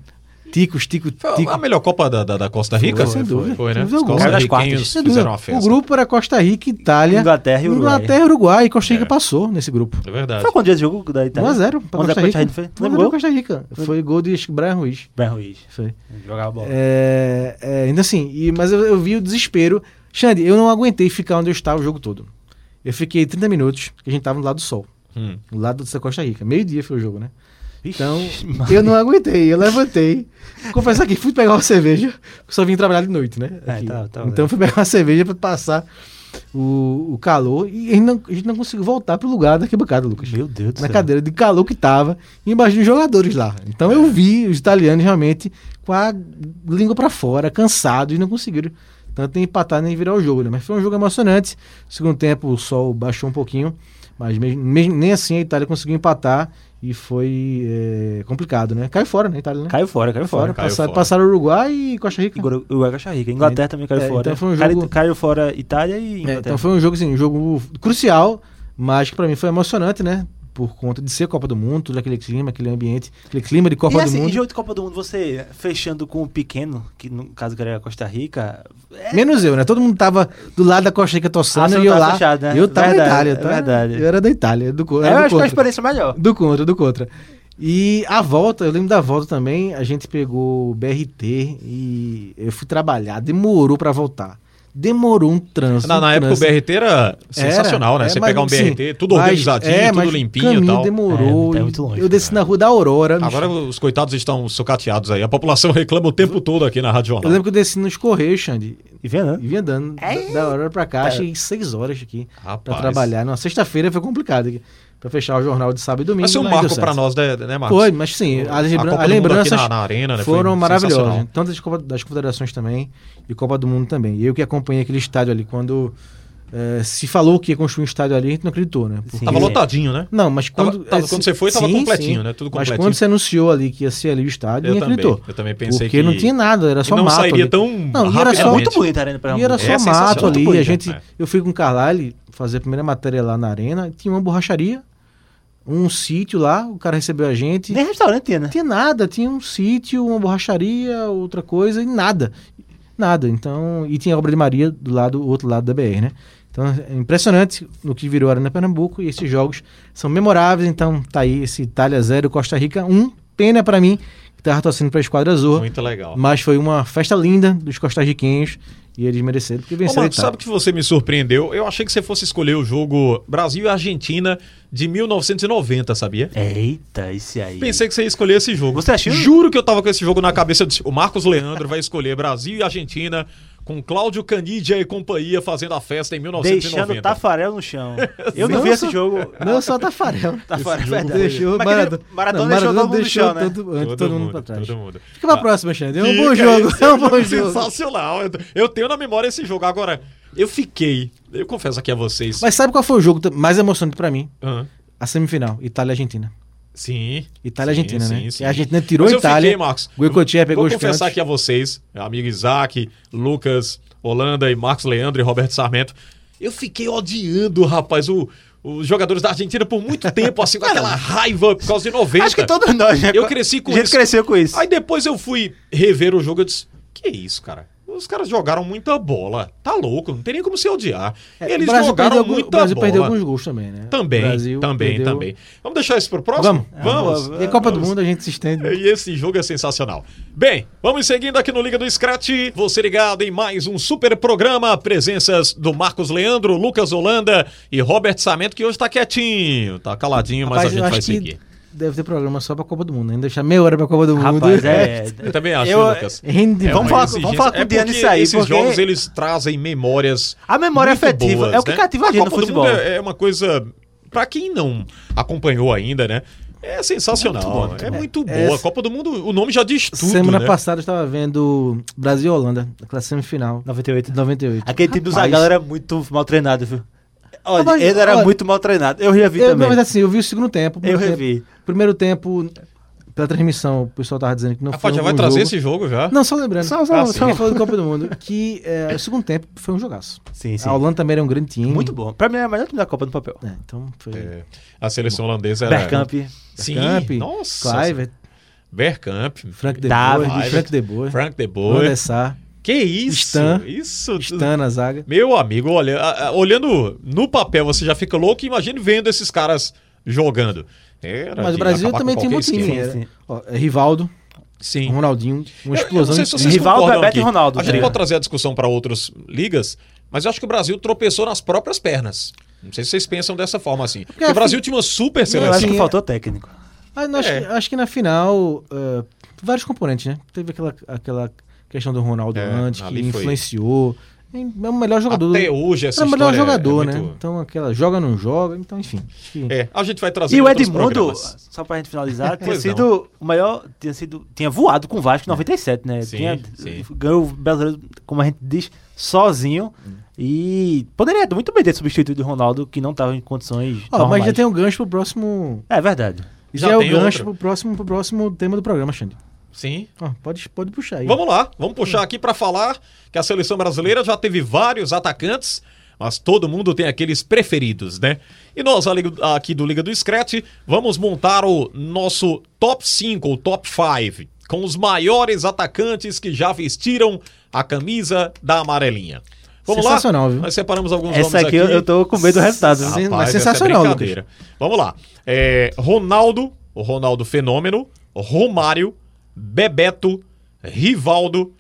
S5: Ticos, tico,
S4: Foi
S5: tico.
S4: a melhor Copa da, da, da Costa Rica?
S5: Foi, sem dúvida.
S4: Foi, né?
S5: Sem
S4: Os
S5: dúvida.
S4: costarriquenhos
S5: Sem dúvida.
S4: fizeram uma festa.
S5: O grupo era Costa Rica, Itália,
S7: Inglaterra e Uruguai.
S5: Inglaterra, Uruguai e Costa Rica passou nesse grupo.
S4: É verdade.
S7: Foi quanto dia de jogo da Itália?
S5: 1x0 pra
S7: 1 a 0
S5: Costa
S7: pra Costa
S5: Rica. é
S7: Rica.
S5: 1
S7: Foi?
S5: a 0
S7: Lembra?
S5: pra Costa Rica. Foi gol de acho que Brian Ruiz.
S7: Ben Ruiz.
S5: Foi.
S7: Jogava bola.
S5: É, é, ainda assim, e- mas eu, eu vi o desespero. Xande, eu não aguentei ficar onde eu estava o jogo todo. Eu fiquei 30 minutos, que a gente tava do lado do sol.
S4: Hum.
S5: Do lado da Costa Rica. Meio-dia foi o jogo, né?
S7: Ixi,
S5: Então,
S7: mano.
S5: eu não aguentei, eu levantei. Confessar que fui pegar uma cerveja, porque só vim trabalhar de noite, né?
S7: É,
S5: Aqui.
S7: tá- tá
S5: então,
S7: vendo.
S5: fui pegar uma cerveja para passar o, o calor. E a gente, não, a gente não conseguiu voltar pro lugar da arquibancada, Lucas.
S7: Meu Deus do
S5: na
S7: céu.
S5: cadeira de calor que tava, e embaixo dos jogadores lá. Então, eu vi os italianos realmente com a língua para fora, cansados, e não conseguiram tanto nem empatar nem virar o jogo, né? Mas foi um jogo emocionante. Segundo tempo, o sol baixou um pouquinho, mas mesmo, mesmo- nem assim a Itália conseguiu empatar e foi é, complicado, né? Caiu fora, né, a Itália, né?
S7: Caiu fora, caiu fora.
S5: fora,
S4: caiu
S5: passaram,
S4: fora.
S5: passaram Uruguai e Costa Rica.
S7: Agora, o Uruguai e Costa Rica. Inglaterra também caiu
S5: É,
S7: fora.
S5: então foi um
S7: Caiu-
S5: jogo-
S7: Caiu fora Itália e
S5: É,
S7: Inglaterra.
S5: então foi um jogo, assim, um jogo crucial, mas que pra mim foi emocionante, né? Por conta de ser Copa do Mundo, todo aquele clima, aquele ambiente, aquele clima de Copa
S7: e
S5: do
S7: assim, em
S5: Mundo.
S7: jogo de Copa do Mundo, você fechando com o pequeno, que no caso que era Costa Rica, é,
S5: Menos eu, né? Todo mundo tava do lado da Costa Rica
S7: Ah, você
S5: torcendo
S7: não
S5: e eu
S7: tava
S5: lá.
S7: fechado, né?
S5: Eu tava
S7: Verdade,
S5: da Itália,
S7: é
S5: tá?
S7: verdade.
S5: Eu era da Itália, do, co-
S7: eu
S5: era do
S7: acho que é uma
S5: contra.
S7: experiência melhor.
S5: Do contra, do contra. E a volta, eu lembro da volta também, a gente pegou o BRT e eu fui trabalhar, demorou pra voltar. Demorou um trânsito.
S4: Na,
S5: um
S4: na época o
S5: trânsito.
S4: BRT era sensacional,
S5: Era,
S4: né?
S5: é,
S4: Você
S5: mas,
S4: pegar um
S5: assim,
S4: BRT, tudo
S5: mas-
S4: organizadinho,
S5: é, mas
S4: tudo
S5: o
S4: limpinho e
S5: caminho
S4: tal.
S5: demorou.
S7: É,
S5: e
S7: tá muito longe,
S5: eu desci
S7: cara.
S5: na rua da Aurora. nos-
S4: Agora os coitados estão sucateados aí. A população reclama o tempo todo aqui na Rádio
S5: Eu
S4: Jornal.
S5: lembro que eu desci nos Correios, Xande,
S7: E
S4: né?
S7: vendo?
S5: e vim andando da- da Aurora pra cá, achei seis horas aqui. Pra
S4: Rapaz.
S5: trabalhar. Na sexta-feira foi complicado aqui, pra fechar o jornal de sábado e domingo.
S4: Vai ser um
S5: mas deu
S4: marco
S5: certo.
S4: pra nós, né, né, Marcos?
S5: Foi, mas sim,
S4: A Copa
S5: as,
S4: do
S5: lembra as
S4: Mundo
S5: lembranças
S4: aqui na- na arena, né, foi
S5: foram maravilhosas.
S4: sensacional.
S5: Tanto das, Copa- das confederações também e Copa do Mundo também. E eu que acompanhei aquele estádio ali, quando eh, se falou que ia construir um estádio ali, a gente não acreditou, né? Porque-
S4: Tava lotadinho, né?
S5: Não, mas
S4: Tava-
S5: quando...
S4: tava-
S5: eh,
S4: quando você foi, tava completinho, né? Tudo
S5: Mas
S4: completinho.
S5: quando você anunciou ali que ia ser ali o estádio,
S4: Eu
S5: ninguém
S4: também,
S5: acreditou.
S4: eu também pensei
S5: porque
S4: que-
S5: não tinha nada, era só
S4: E não
S5: mato
S4: sairia
S5: ali.
S4: tão
S5: Não, e era
S7: É
S5: só...
S4: rapidamente.
S7: muito bonito a Arena
S5: E
S7: Pernambuco.
S5: era
S4: É
S5: só
S4: sensacional.
S5: mato ali.
S4: Muito
S5: a
S4: bonito,
S5: gente,
S4: né?
S5: Eu fui com o Carlyle fazer a primeira matéria lá na arena. Tinha uma borracharia, um sítio lá. O cara recebeu a gente.
S7: Nem restaurante tinha, né?
S5: Não tinha nada. Tinha um sítio, uma borracharia, outra coisa e nada. Nada. Então, e tinha a obra de Maria do lado, do outro lado da BR, né? Então, é impressionante no que virou a Arena Pernambuco e esses jogos são memoráveis. Então, tá aí esse Itália 0, Costa Rica 1. Pena pra mim que tava torcendo pra Esquadra Azul.
S4: Muito legal.
S5: Mas foi uma festa linda dos costarriquenhos e eles mereceram, porque
S4: Ô,
S5: venceram a
S4: Marcos,
S5: Itália.
S4: sabe que você me surpreendeu? Eu achei que você fosse escolher o jogo Brasil e Argentina de 1990, sabia?
S7: Eita, esse aí.
S4: Pensei que você ia escolher esse jogo.
S5: tá
S7: Você achou?
S4: Juro que eu tava com esse jogo na cabeça. Eu disse, O Marcos Leandro vai escolher Brasil e Argentina com Cláudio Canidia e companhia fazendo a festa em 1990.
S7: Deixando o
S5: tá
S4: tá?
S7: Tafarel no chão. Eu não vi esse jogo.
S5: Não só Tafarel.
S7: Tafarel, é
S5: Esse
S7: verdade.
S5: jogo Deixou,
S7: Mas
S5: Maradona,
S7: aquele Maradona deixou todo mundo no
S5: deixou
S7: chão, né?
S5: todo, antes, todo, mundo pra trás.
S4: Todo mundo.
S5: Fica pra próxima, Xande. É um
S4: Fica
S5: bom jogo.
S4: esse
S5: É um bom jogo.
S4: Sensacional. Eu- Eu tenho na memória esse jogo. Agora, eu fiquei. Eu confesso aqui a vocês.
S5: Mas sabe qual foi o jogo tam- mais emocionante pra mim?
S4: Hã?
S5: A semifinal, Itália e Argentina.
S4: Sim.
S5: Itália e
S4: Sim,
S5: Argentina, né?
S4: sim, sim.
S5: E a Argentina tirou
S4: Mas
S5: a
S4: eu
S5: Itália.
S4: Fiquei, Marcos.
S5: Goicoechea pegou
S4: Vou
S5: os
S4: confessar
S5: pênaltis.
S4: aqui a vocês, amigo Isaac, Lucas, Holanda e Marcos Leandro e Roberto Sarmento. Eu fiquei odiando, rapaz, o- os jogadores da Argentina por muito tempo, assim, com aquela raiva por causa de 90.
S7: Acho que todos nós, né?
S4: Eu cresci com
S7: A gente
S4: isso.
S7: cresceu com isso.
S4: Aí depois eu fui rever o jogo e disse: Que isso, cara? Os caras jogaram muita bola. Tá louco, não tem nem como se odiar. Eles
S5: É, o Brasil perdeu,
S4: jogaram
S5: algum-
S4: muita
S5: O Brasil
S4: bola.
S5: perdeu alguns gols também, né?
S4: É, Também,
S5: O Brasil
S4: também,
S5: perdeu-
S4: também. Vamos deixar isso pro próximo?
S5: Vamos. E a Copa do Mundo a gente se estende.
S4: E esse jogo é sensacional. Bem, vamos seguindo aqui no Liga do Scratch. Você ligado em mais um super programa. Presenças do Marcos Leandro, Lucas Holanda e Robert Samento, que hoje tá quietinho, tá caladinho, mas a
S5: Rapaz, eu
S4: gente vai
S5: acho que
S4: seguir.
S5: Deve ter programa só pra Copa do Mundo. Ainda deixar meia hora pra Copa do Mundo.
S7: Rapaz, é.
S4: Eu também acho,
S7: Eu-
S4: hein, Lucas. É
S5: Rende
S7: Vamos
S4: uma
S7: falar-
S4: exigência.
S7: vamos falar com o Diane
S4: porque
S7: isso aí,
S4: Esses
S7: porque-
S4: jogos, eles trazem memórias
S7: A memória
S4: muito
S7: afetiva
S4: boas,
S7: é o que
S4: né?
S7: cativa a gente no
S4: Copa do
S7: futebol.
S4: Mundo é é uma coisa, pra quem não acompanhou ainda, né? É sensacional. é muito
S5: É.
S4: boa. A Copa do Mundo, o nome já diz tudo,
S5: Semana
S4: né?
S5: passada eu estava vendo Brasil e Holanda, aquela semifinal
S7: 98.
S5: de 98.
S7: Aquele time do
S5: Rapaz,
S7: Zagallo era muito mal é treinado, viu? Olha,
S5: Mas,
S7: ele era
S5: olha,
S7: muito mal treinado. Eu revi
S5: Eu,
S7: também.
S5: mas assim, eu vi o segundo tempo. o
S7: eu
S5: primeiro tempo-
S7: revi.
S5: Primeiro tempo, pela transmissão, o pessoal tava dizendo que não foi
S4: Rafa, já
S5: um
S4: Ah, vai
S5: bom
S4: trazer
S5: jogo.
S4: esse jogo já?
S5: Não, só lembrando.
S7: Só- só-
S5: Ah,
S7: só-
S5: sim. Ele falou do Copa do Mundo. Que é, o segundo tempo foi um jogaço.
S7: Sim, sim.
S5: A Holanda também era um grande time.
S7: Muito bom. Pra mim era o melhor time da Copa no papel.
S5: É, então foi.
S4: É, a seleção holandesa era.
S7: Bergkamp.
S4: Sim,
S5: Bergkamp,
S4: nossa.
S5: Clive,
S4: Bergkamp.
S5: Frank De
S7: Dava.
S5: Boer, Frank De Boer,
S4: Frank de
S5: Van
S4: Boer.
S5: der Sar,
S4: Que isso?
S5: Stan.
S4: Isso.
S5: Stan na zaga.
S4: Meu amigo, olha, a- a- olhando no papel você já fica louco, imagine vendo esses caras jogando. Era
S5: Mas
S4: de
S5: o Brasil
S4: acabar com
S5: também tinha
S4: qualquer
S5: muito time.
S4: esquema.
S5: era-
S7: Sim, sim.
S5: ó, é Rivaldo,
S4: Sim.
S5: Ronaldinho, uma
S4: Eu- eu não
S5: explosão.
S4: sei
S5: de-
S4: se vocês
S7: Rivaldo,
S4: concordam
S7: Bebeto e
S4: aqui.
S7: Ronaldo,
S4: A gente
S7: trio.
S4: pode trazer a discussão para outras ligas, mas eu acho que o Brasil tropeçou nas próprias pernas. Não sei se vocês pensam dessa forma assim. Porque o
S5: É a
S4: Brasil tinha uma super
S7: Eu acho
S4: seleção.
S7: que faltou técnico.
S5: Ah, não, acho,
S4: É.
S5: que, acho que na final, ah, vários componentes, né? Teve aquela, aquela questão do Ronaldo
S4: É,
S5: antes, que
S4: ali foi.
S5: influenciou. É o melhor jogador
S4: Até
S5: do.
S4: hoje essa
S5: Era o melhor
S4: história é-
S5: jogador,
S4: é
S5: né?
S4: muito-
S5: Então aquela joga, não joga, então enfim. acho que-
S4: É, a gente vai trazer
S7: E o
S4: outros
S7: Edmundo,
S4: programas.
S7: só pra gente finalizar, tinha
S4: Pois não. É.
S7: sido o maior. Tinha sido. Tinha voado com o Vasco em 97, né?
S4: Sim,
S7: tinha,
S4: sim.
S7: Ganhou o brasileiro, como a gente diz, sozinho.
S4: Hum.
S7: E poderia muito bem ter substituído o Ronaldo, que não estava em condições.
S4: Ah,
S5: Ó,
S7: normais.
S5: mas já tem um gancho pro
S4: um
S5: próximo.
S7: É verdade.
S4: Já
S5: Já, é o
S4: tem
S5: gancho
S4: outro.
S5: pro próximo, pro próximo tema do programa, Xande.
S4: Sim.
S5: Ó, pode, pode puxar aí.
S4: Vamos lá, vamos puxar aqui para falar que a seleção brasileira já teve vários atacantes, mas todo mundo tem aqueles preferidos, né? E nós ali- aqui do Liga do Scratch vamos montar o nosso top 5 ou top 5 com os maiores atacantes que já vestiram a camisa da amarelinha. Vamos lá?
S5: Sensacional, viu?
S4: Nós separamos alguns nomes
S7: Essa aqui eu, eu tô com medo do resultado.
S5: Sim.
S7: viu?
S5: Mas
S4: Rapaz,
S5: sensacional,
S4: essa é brincadeira. Vamos lá. É, Ronaldo, o Ronaldo Fenômeno, Romário, Bebeto, Rivaldo,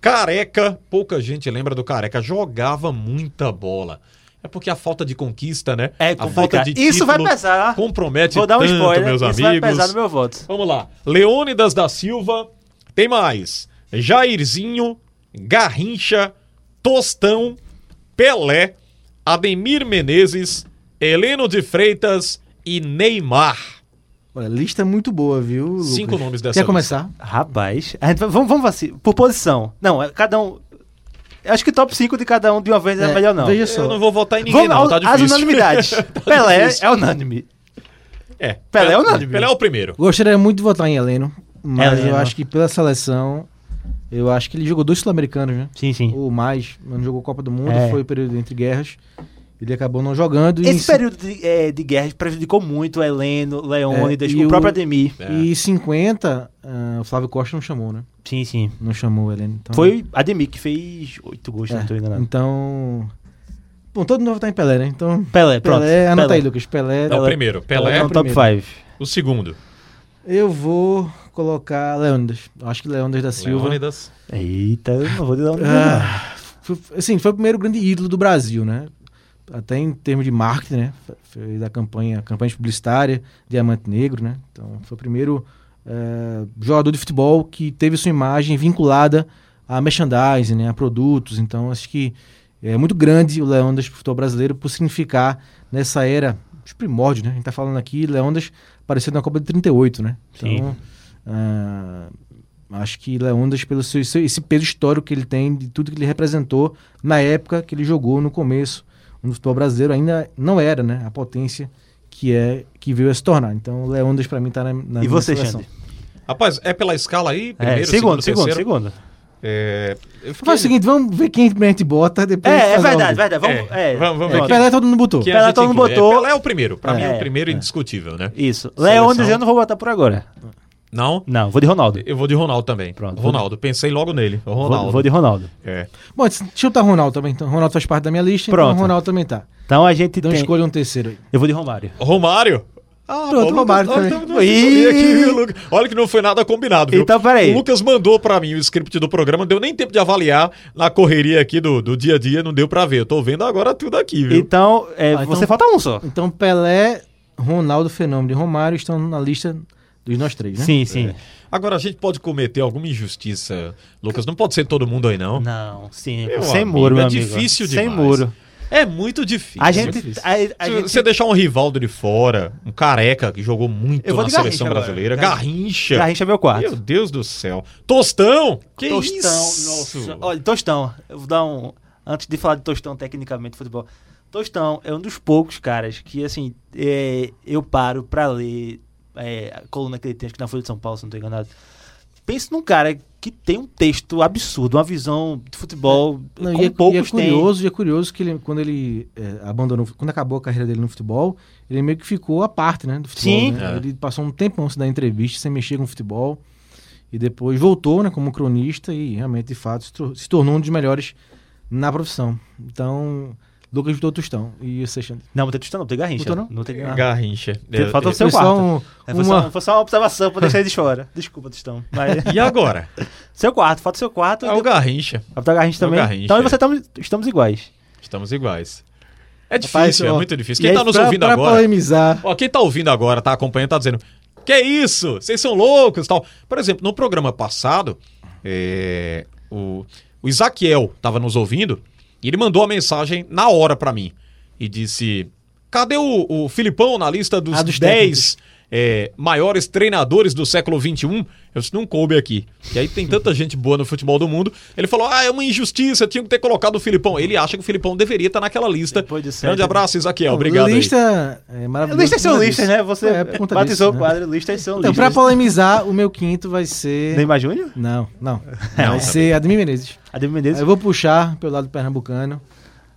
S4: Careca. Pouca gente lembra do Careca. Jogava muita bola. É porque a falta de conquista, né?
S7: É
S4: a
S7: complicado. Isso vai pesar.
S4: Compromete
S7: Vou dar um
S4: tanto,
S7: spoiler.
S4: meus
S7: isso vai
S4: amigos.
S7: pesar no meu voto.
S4: Vamos lá. Leônidas da Silva. Tem mais. Jairzinho, Garrincha, Tostão, Pelé, Ademir Menezes, Heleno de Freitas e Neymar.
S5: Olha, lista muito boa, viu? Lucas?
S4: Cinco nomes dessa
S5: Quer
S4: lista.
S5: começar?
S7: Rapaz, a gente vai- vamos, vamos assim, por posição. Não, é cada um. eu Acho que top 5 de cada um de uma vez é,
S5: É,
S7: melhor não.
S5: Veja só.
S4: Eu não vou votar em ninguém, não.
S7: Vamos
S4: Tá
S7: ao- as
S4: difícil. Tá
S7: unanimidades. Pelé
S4: difícil.
S7: é unânime.
S4: É.
S7: Pelé é unânime.
S4: Pelé é o primeiro.
S5: Gostaria muito de votar em Heleno, mas
S7: Heleno.
S5: eu acho que pela seleção, eu acho que ele jogou dois sul-americanos, né?
S7: Sim, sim.
S5: Ou mais, mas não jogou Copa do Mundo,
S7: É.
S5: foi o período entre guerras. Ele acabou não jogando. e
S7: Esse
S5: em-
S7: período de, eh, de guerra prejudicou muito o Heleno, Leônidas,
S5: É, e o-
S7: o próprio Ademir.
S5: E em 50, ah, o Flávio Costa não chamou, né?
S7: Sim, sim.
S5: Não chamou o Heleno. Então,
S7: Foi Ademir que fez 8 gols, não tô
S5: é,
S7: enganado.
S5: Então. Bom, todo mundo vai votar em Pelé, né? Então.
S7: Pelé, pronto.
S5: Pelé, anota
S7: Pelé.
S5: aí, Lucas. Pelé.
S4: É o primeiro. Pelé, tá-
S7: Pelé é o top 5.
S4: o segundo.
S5: Eu vou colocar Leônidas. Eu Acho que Leônidas da Silva.
S4: Leônidas.
S7: Eita, eu não vou te dar um.
S5: Ah, foi- assim, foi o primeiro grande ídolo do Brasil, né? Até em termos de marketing, né? Fe- Fez a campanha, campanha publicitária, Diamante Negro, né? Então, foi o primeiro eh, jogador de futebol que teve sua imagem vinculada a merchandising, né? A produtos. Então, acho que é muito grande o Leondas pro futebol brasileiro por significar nessa era os primórdios, né? A gente tá falando aqui, Leondas apareceu na Copa de 38, né? Então,
S7: Sim.
S5: ah, Acho que Leondas, pelo seu, seu- esse peso histórico que ele tem, de tudo que ele representou na época que ele jogou no começo no futebol brasileiro, ainda não era né, a potência que é que veio a se tornar. Então, Leondas, pra mim, tá na, na
S7: E
S5: minha
S7: você,
S5: seleção.
S7: Xande?
S4: Rapaz, é pela escala aí? Primeiro,
S7: É, segundo, segundo,
S4: terceiro.
S7: segundo.
S4: É, eu fiquei-
S5: Faz o seguinte, vamos ver quem a gente bota depois. a gente
S7: É, é
S5: faz a
S7: verdade,
S5: ordem.
S7: verdade. Vamos,
S4: É,
S7: é,
S4: vamos- vamos
S7: pronto.
S4: aqui.
S5: Pelé todo mundo botou.
S4: que a
S7: Pelé
S4: gente
S7: todo mundo
S4: inclui. É,
S7: botou.
S4: Pelé é o primeiro. Pra mim é
S7: É,
S4: o primeiro indiscutível, né?
S7: Isso.
S4: Seleção.
S7: Leônidas eu não vou botar por agora.
S4: Não?
S7: Não, vou de Ronaldo.
S4: Eu vou de Ronaldo também.
S7: Pronto.
S4: Ronaldo, pensei logo nele. O
S7: Vou-
S4: Ronaldo.
S7: Vou, de Ronaldo.
S4: É.
S5: Bom, deixa eu botar Ronaldo também. Então, Ronaldo faz parte da minha lista,
S7: Pronto.
S5: então Ronaldo também tá.
S7: Então a gente
S5: Então
S7: tem...
S5: escolha um terceiro aí.
S7: Eu vou de Romário.
S4: Romário. Ah,
S5: Pronto,
S4: pô, Lucas,
S5: Romário
S4: olha,
S5: também.
S4: não, sabia aqui, viu, Lucas? Olha que não foi nada combinado, viu?
S7: Então, peraí.
S4: O Lucas mandou pra mim o script do programa, não deu nem tempo de avaliar na correria aqui do, do dia a dia, não deu pra ver. Eu tô vendo agora tudo aqui, viu?
S7: Então, é,
S5: Ah, então-
S7: você falta um só.
S5: Então, Pelé, Ronaldo, Fenômeno e Romário estão na lista dos nós três, né?
S7: Sim, sim.
S4: Agora, a gente pode cometer alguma injustiça, Lucas. Não pode ser todo mundo aí, não.
S7: Não, sim.
S4: Meu
S7: sem
S4: amigo,
S7: muro, meu
S4: é
S7: amigo.
S4: difícil
S7: Sem
S4: demais.
S7: muro.
S4: É muito difícil.
S7: A gente... A, a
S4: Se
S7: gente
S4: você deixar um Rivaldo de fora, um careca que jogou muito
S7: Eu vou
S4: na
S7: de
S4: seleção
S7: Garrincha agora.
S4: brasileira, Garrincha.
S7: Garrincha é meu quarto.
S4: Meu Deus do céu. Tostão? Que
S7: Tostão,
S4: isso?
S7: nossa. Olha, Tostão. Eu vou dar um... Antes de falar de Tostão tecnicamente, futebol. Tostão é um dos poucos caras que, assim, é, eu paro pra ler é, a coluna que ele tem, acho que na Folha de São Paulo, se não tô enganado. Pensa num cara que tem um texto absurdo, uma visão de futebol
S5: Não,
S7: com
S5: e, é, e é
S7: poucos tem.
S5: curioso, e é curioso que ele, quando ele é, abandonou, quando acabou a carreira dele no futebol, ele meio que ficou à parte, né, do futebol.
S7: Sim.
S5: né?
S4: É.
S5: Ele passou um tempão sem dar entrevista, sem mexer com futebol, e depois voltou, né, como cronista e realmente, de fato, se, tor- se tornou um dos melhores na profissão. Então, Lucas Vitor Tostão e o Seixante.
S7: Não, não tem Tostão, não, tem Garrincha.
S5: Não tem, não?
S7: não tem Garrincha.
S4: Garrincha. É,
S7: Falta
S4: é,
S7: o seu
S5: Foi
S7: quarto.
S5: só um-
S7: É, foi,
S5: uma-
S7: só, foi só uma observação pra deixar ele de chora. Desculpa, Tostão. Mas...
S4: E agora?
S7: seu quarto, falta o seu quarto.
S4: É o Garrincha.
S7: Capitão Garrincha
S4: É o
S7: também.
S4: Garrincha,
S7: então eu e
S4: é.
S7: você tamo- estamos iguais.
S4: Estamos iguais. É difícil,
S5: Rapaz,
S4: é
S5: ó,
S4: muito difícil.
S5: e
S4: Quem
S5: aí,
S4: tá nos
S5: pra-
S4: ouvindo
S5: pra
S4: agora.
S5: polemizar,
S4: Ó, quem tá ouvindo agora, tá acompanhando, tá dizendo: Que isso? Vocês são loucos tal. Por exemplo, no programa passado, é, o, o Isaquiel tava nos ouvindo e ele mandou a mensagem na hora pra mim e disse: Cadê o, o Filipão na lista dos,
S5: Ah, dos
S4: 10 é, maiores treinadores do século XXI? Eu disse: Não coube aqui. E aí tem tanta gente boa no futebol do mundo. Ele falou: Ah, é uma injustiça, tinha que ter colocado o Filipão. Ele acha que o Filipão deveria estar naquela lista.
S7: Depois de certo.
S4: Grande abraço, Isaquiel. Obrigado. aí.
S5: Lista é maravilhosa.
S7: Listas são
S5: por conta
S7: listas,
S5: disso.
S7: né? Você
S5: É, por conta
S7: batizou
S5: disso, né?
S7: o quadro, listas são
S5: Então, pra
S7: listas.
S5: polemizar, o meu quinto vai ser.
S7: Neymar Júnior?
S5: Não, não.
S4: tá
S5: Vai ser Ademir Menezes.
S7: Ademir Menezes?
S5: Aí Eu vou puxar pelo lado pernambucano,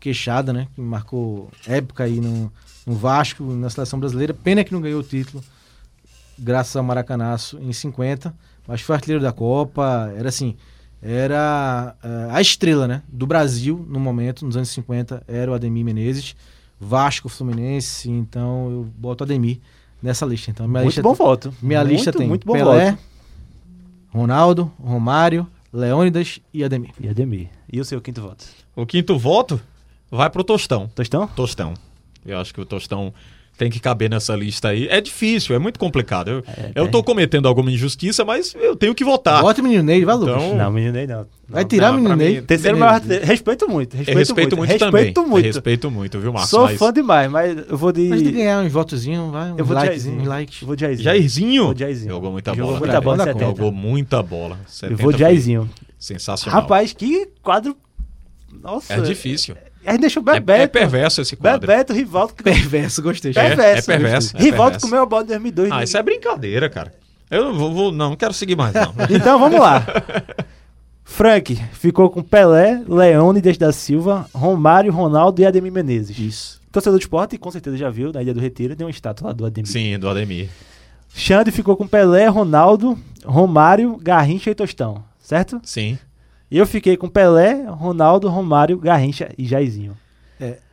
S5: queixada, né? Que marcou época aí no, no Vasco, na seleção brasileira. Pena que não ganhou o título, graças ao Maracanaço em 50. Mas foi artilheiro da Copa, era assim, era eh, a estrela, né? Do Brasil no momento, nos anos 50, era o Ademir Menezes. Vasco, Fluminense, então eu boto Ademir nessa lista. Então, minha
S7: Muito
S5: lista
S7: bom voto.
S5: minha
S7: Muito,
S5: lista tem
S7: Muito bom
S5: Pelé,
S7: voto.
S5: Ronaldo, Romário, Leônidas e Ademir.
S7: E Ademir. E o seu quinto voto?
S4: O quinto voto vai pro Tostão.
S7: Tostão?
S4: Tostão. Eu acho que o Tostão tem que caber nessa lista aí. É difícil, é muito complicado. Eu, eu tô cometendo alguma injustiça, mas eu tenho que votar.
S5: Bota o menino Ney, vai, Lucas.
S4: Ah, Então,
S7: Não, menino Ney não.
S5: Hum. vai tirar
S4: não,
S5: o menino
S4: pra mim,
S5: Ney.
S7: Terceiro
S5: Menezes.
S7: maior artilheiro. Respeito muito. Respeito,
S4: eu respeito muito, também.
S7: Respeito
S4: Eu
S7: muito.
S4: Respeito muito, viu, Marcos?
S7: Sou
S4: Mas-
S7: fã demais, mas eu vou de.
S5: Mas tem que ganhar uns votozinhos, vai,
S7: Eu
S5: uns
S7: vou de
S5: likes,
S7: Jairzinho.
S5: uns likes.
S7: Eu vou de Jairzinho.
S4: Jairzinho.
S7: Vou de Jairzinho.
S4: Jogou muita
S7: Jogou
S4: bola.
S7: muita
S4: cara.
S7: bola em
S4: Jogou
S7: 70.
S4: Jogou muita bola.
S7: Eu
S4: 70
S7: vou de
S4: foi
S7: Jairzinho.
S4: Sensacional.
S7: Rapaz, que quadro. Nossa.
S4: é difícil.
S7: Aí deixa o
S4: É, é
S7: Bebeto.
S4: perverso esse quadro.
S7: Bebeto, Rivaldo.
S5: Perverso, gostei.
S4: É,
S7: Perverso.
S4: é perverso, é
S7: Rivaldo
S4: perverso.
S7: comeu a bola em 2002.
S4: Ah, isso é brincadeira, cara. Eu não vou, vou- não, não quero seguir mais, não.
S7: Então vamos lá. Frank ficou com Pelé, Leônidas da Silva, Romário, Ronaldo e Ademir Menezes. Isso. Torcedor do esporte, com certeza já viu, na Ilha do Retiro, tem uma estátua lá do Ademir.
S4: Sim, do Ademir.
S7: Xande ficou com Pelé, Ronaldo, Romário, Garrincha e Tostão, certo?
S4: Sim.
S7: E eu fiquei com Pelé, Ronaldo, Romário, Garrincha e Jairzinho.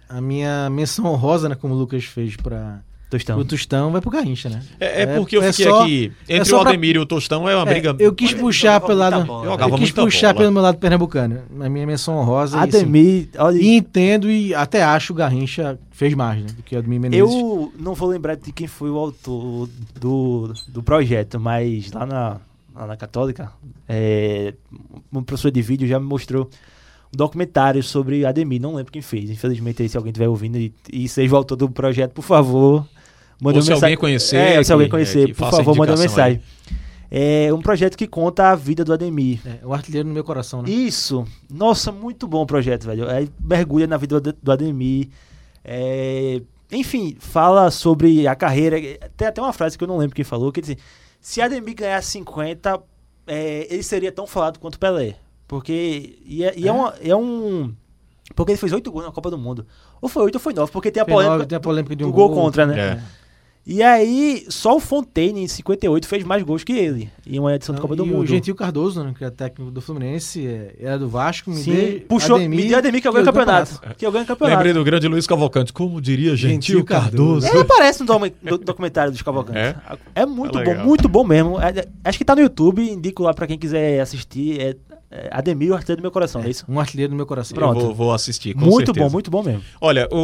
S5: A minha menção honrosa, né, como o Lucas fez pra
S7: Tostão.
S5: o Tostão, vai pro Garrincha, né?
S4: É, é porque eu
S5: é
S4: fiquei
S5: só-
S4: aqui.
S5: é
S4: Entre o
S5: só pra-
S4: Ademir e o Tostão é uma
S5: é,
S4: briga.
S5: eu quis puxar
S8: jogava
S5: pelo
S8: muita
S5: lado...
S8: bola.
S5: Eu
S4: Jogava
S5: quis
S4: muita
S5: puxar
S4: bola.
S5: pelo meu lado pernambucano. A minha menção honrosa... e, assim,
S7: Ademir, olha,
S5: E entendo e até acho o Garrincha fez mais, né, do que o Ademir Menezes.
S7: eu não vou lembrar de quem foi o autor do, do projeto, mas lá na, lá na Católica, é, um professor de vídeo já me mostrou um documentário sobre Ademir, não lembro quem fez. Infelizmente, aí, se alguém estiver ouvindo e, e seja o autor do projeto, por favor, manda
S4: Ou
S7: uma
S4: se
S7: mensagem.
S4: alguém conhecer,
S7: É, se
S4: que-
S7: alguém
S4: é,
S7: conhecer,
S4: que
S7: por
S4: faça a
S7: favor, manda uma
S4: indicação aí.
S7: mensagem. É um projeto que conta a vida do Ademir.
S5: É, o artilheiro no meu coração, né?
S7: Isso. Nossa, muito bom o projeto, velho. Aí mergulha na vida do Ad- do Ademir. É, Enfim, fala sobre a carreira. Tem até uma frase que eu não lembro quem falou, que diz se Ademir ganhar 50, é, ele seria tão falado quanto Pelé. Porque... E é, e é uma- é um... Porque ele fez oito gols na Copa do Mundo. Ou foi oito ou foi nove, porque tem a
S5: Foi
S7: polêmica,
S5: nove, tem a polêmica de um
S7: do gol,
S5: gol.
S7: contra, né?
S4: É.
S7: E aí, só o Fontaine, em 58, fez mais gols que ele. Em uma edição da Copa do
S5: e
S7: Mundo.
S5: O Gentil Cardoso, né, que é técnico do Fluminense, é, era do Vasco, me
S7: Sim,
S5: deu
S7: puxou, me deu Ademir que eu ganho o campeonato. Que eu ganho o campeonato.
S4: Lembrei do grande Luiz Cavalcante, como diria Gentil,
S5: Gentil
S4: Cardoso.
S5: Cardoso.
S7: Ele aparece no docu- do- documentário dos Cavalcanti.
S4: É?
S7: É, muito
S4: É
S7: bom,
S4: legal.
S7: muito bom mesmo. É- acho que tá no YouTube, indico lá pra quem quiser assistir. É, é Ademir, o artilheiro do meu coração, é, isso?
S5: Um artilheiro do meu coração.
S4: Eu
S7: Pronto.
S4: vou, vou assistir, com
S7: Muito
S4: certeza.
S7: bom, muito bom mesmo.
S4: Olha, o-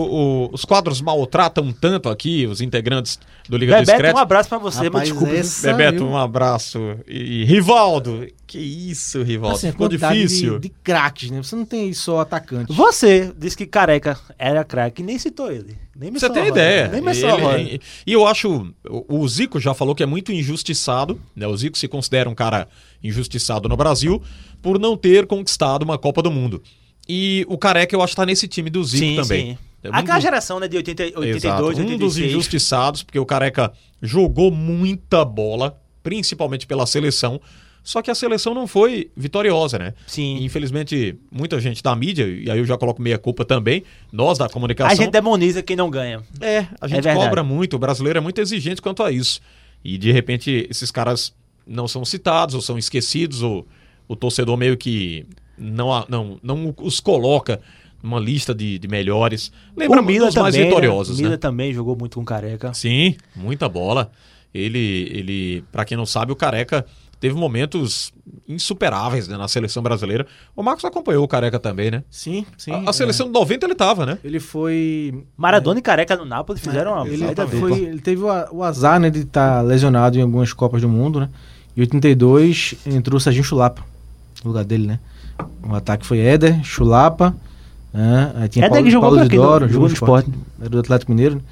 S4: o- os quadros maltratam tanto aqui, os integrantes do Liga do
S7: Bebeto,
S4: Discreto.
S7: um abraço pra você, mas
S5: Rapaz,
S7: desculpa.
S5: essa,
S4: Bebeto,
S5: viu?
S4: um abraço. E, e Rivaldo, que isso, Rivaldo.
S5: Assim, a
S4: Ficou
S5: quantidade
S4: difícil.
S5: De, de craques, né? Você não tem só atacante.
S7: Você disse que careca era craque, nem citou ele. Nem me
S4: Você tem ideia.
S7: Nem me
S4: Ele- é e, e eu acho. O o Zico já falou que é muito injustiçado, né? O Zico se considera um cara injustiçado no Brasil por não ter conquistado uma Copa do Mundo. E o Careca, eu acho, tá nesse time do Zico
S7: Sim,
S4: também. É um
S7: sim. Aquela geração, né, de 80, 82,
S4: Exato.
S7: 86.
S4: Um dos injustiçados, porque o Careca jogou muita bola, principalmente pela seleção. Só que a seleção não foi vitoriosa, né?
S7: Sim.
S4: E, Infelizmente, muita gente da mídia, e aí eu já coloco meia culpa também, nós da comunicação.
S7: A gente demoniza quem não ganha.
S4: É, a gente
S7: verdade.
S4: cobra muito, o brasileiro é muito exigente quanto a isso. E de repente esses caras não são citados, ou são esquecidos, ou o torcedor meio que não, a- não, não os coloca numa lista de, de melhores. Lembra
S7: o Mila
S4: dos mais
S7: também,
S4: vitoriosos,
S7: né? Mila
S4: né?
S7: também jogou muito com careca.
S4: Sim, muita bola. Ele, ele para quem não sabe, o Careca teve momentos insuperáveis né, na seleção brasileira. O Marcos acompanhou o Careca também, né?
S5: Sim, sim.
S4: a, a
S5: é.
S4: seleção de 90 ele tava, né?
S5: Ele foi.
S7: Maradona e careca no Napoli fizeram uma
S5: Ele,
S7: baita
S5: foi-
S7: dupla.
S5: ele teve o a- o azar né, de estar lesionado em algumas Copas do Mundo, né? Em 82 entrou o Serginho Chulapa no lugar dele, né? O ataque foi Éder, Chulapa. Né? Aí tinha
S7: Éder
S5: Paulo,
S7: que jogou
S5: Paulo
S7: por aqui,
S5: Isidoro,
S7: não?
S5: jogou
S7: Jogou
S5: no
S7: no
S5: esporte. Era do Atlético Mineiro. né?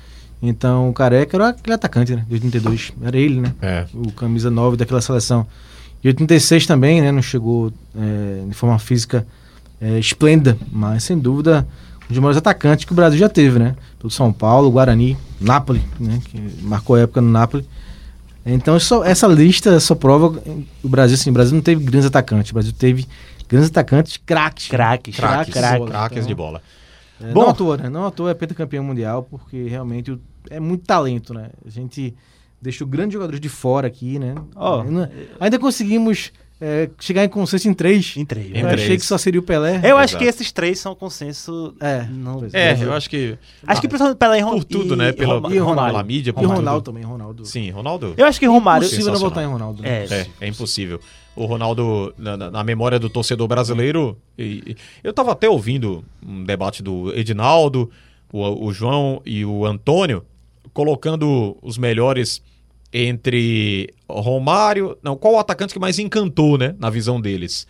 S5: Então o Careca era aquele atacante, né? De 82. Era ele, né?
S4: É.
S5: o camisa 9 daquela seleção. E 86 também, né? Não chegou é, de forma física é, esplêndida, mas sem dúvida um dos maiores atacantes que o Brasil já teve, né? Pelo São Paulo, Guarani, Nápoles, né? Que marcou a época no Nápoles. Então isso- essa lista só prova que o Brasil, assim, o Brasil não teve grandes atacantes, o Brasil teve grandes atacantes craques.
S7: Craques,
S4: Craques,
S7: craques.
S4: craques de bola.
S5: É,
S7: Bom.
S5: não à toa, né? Não à toa é pentacampeão mundial, porque realmente o- é muito talento, né? A gente deixou grandes jogadores de fora aqui, né?
S7: Ó.
S5: Ainda- Ainda conseguimos é, chegar em consenso em três.
S7: Em três.
S5: Eu
S4: Em
S5: achei
S4: três.
S5: que só seria o Pelé.
S7: Eu acho
S4: Exato.
S7: que esses três são consenso.
S5: É,
S7: não,
S5: pois
S4: É, eu acho que
S7: Acho que principalmente pela Ron...
S4: por tudo,
S7: e-
S4: né?
S7: e
S4: Pela,
S7: Roma-
S5: e o Ronaldo.
S4: pela mídia, por
S5: E o Ronaldo
S4: tudo.
S5: também, Ronaldo.
S4: Sim, Ronaldo.
S7: Eu acho que Romário.
S5: Impossível não
S4: sensacional.
S5: votar em Ronaldo. Né?
S7: É.
S4: É, é impossível. O Ronaldo, na, na- na memória do torcedor brasileiro, e- e- eu estava até ouvindo um debate do Edinaldo, o, o João e o Antônio, colocando os melhores entre Romário. Não, qual o atacante que mais encantou, né? Na visão deles.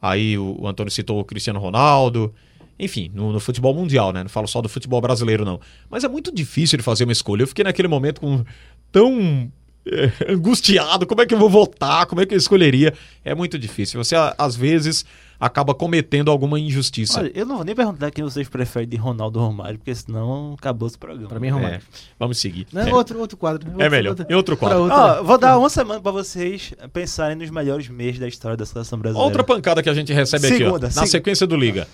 S4: Aí o, o Antônio citou o Cristiano Ronaldo. Enfim, no, no futebol mundial, né? Não falo só do futebol brasileiro, não. Mas é muito difícil de fazer uma escolha. Eu fiquei naquele momento com tão é, angustiado, como é que eu vou votar, como é que eu escolheria? É muito difícil. Você, a- às vezes, acaba cometendo alguma injustiça.
S7: Olha, eu não vou nem perguntar quem vocês preferem de Ronaldo ou Romário, porque senão acabou esse programa.
S5: Pra mim, Romário.
S4: É, vamos seguir.
S5: Não,
S4: É.
S5: Outro, outro quadro.
S4: É melhor. Em outro quadro. Ah,
S5: pra
S7: Ó,
S5: outra, né?
S7: vou dar uma semana pra vocês pensarem nos melhores meses da história da seleção brasileira.
S4: Outra pancada que a gente recebe aqui, ó,
S7: Segunda,
S4: na
S7: segunda.
S4: sequência do Liga.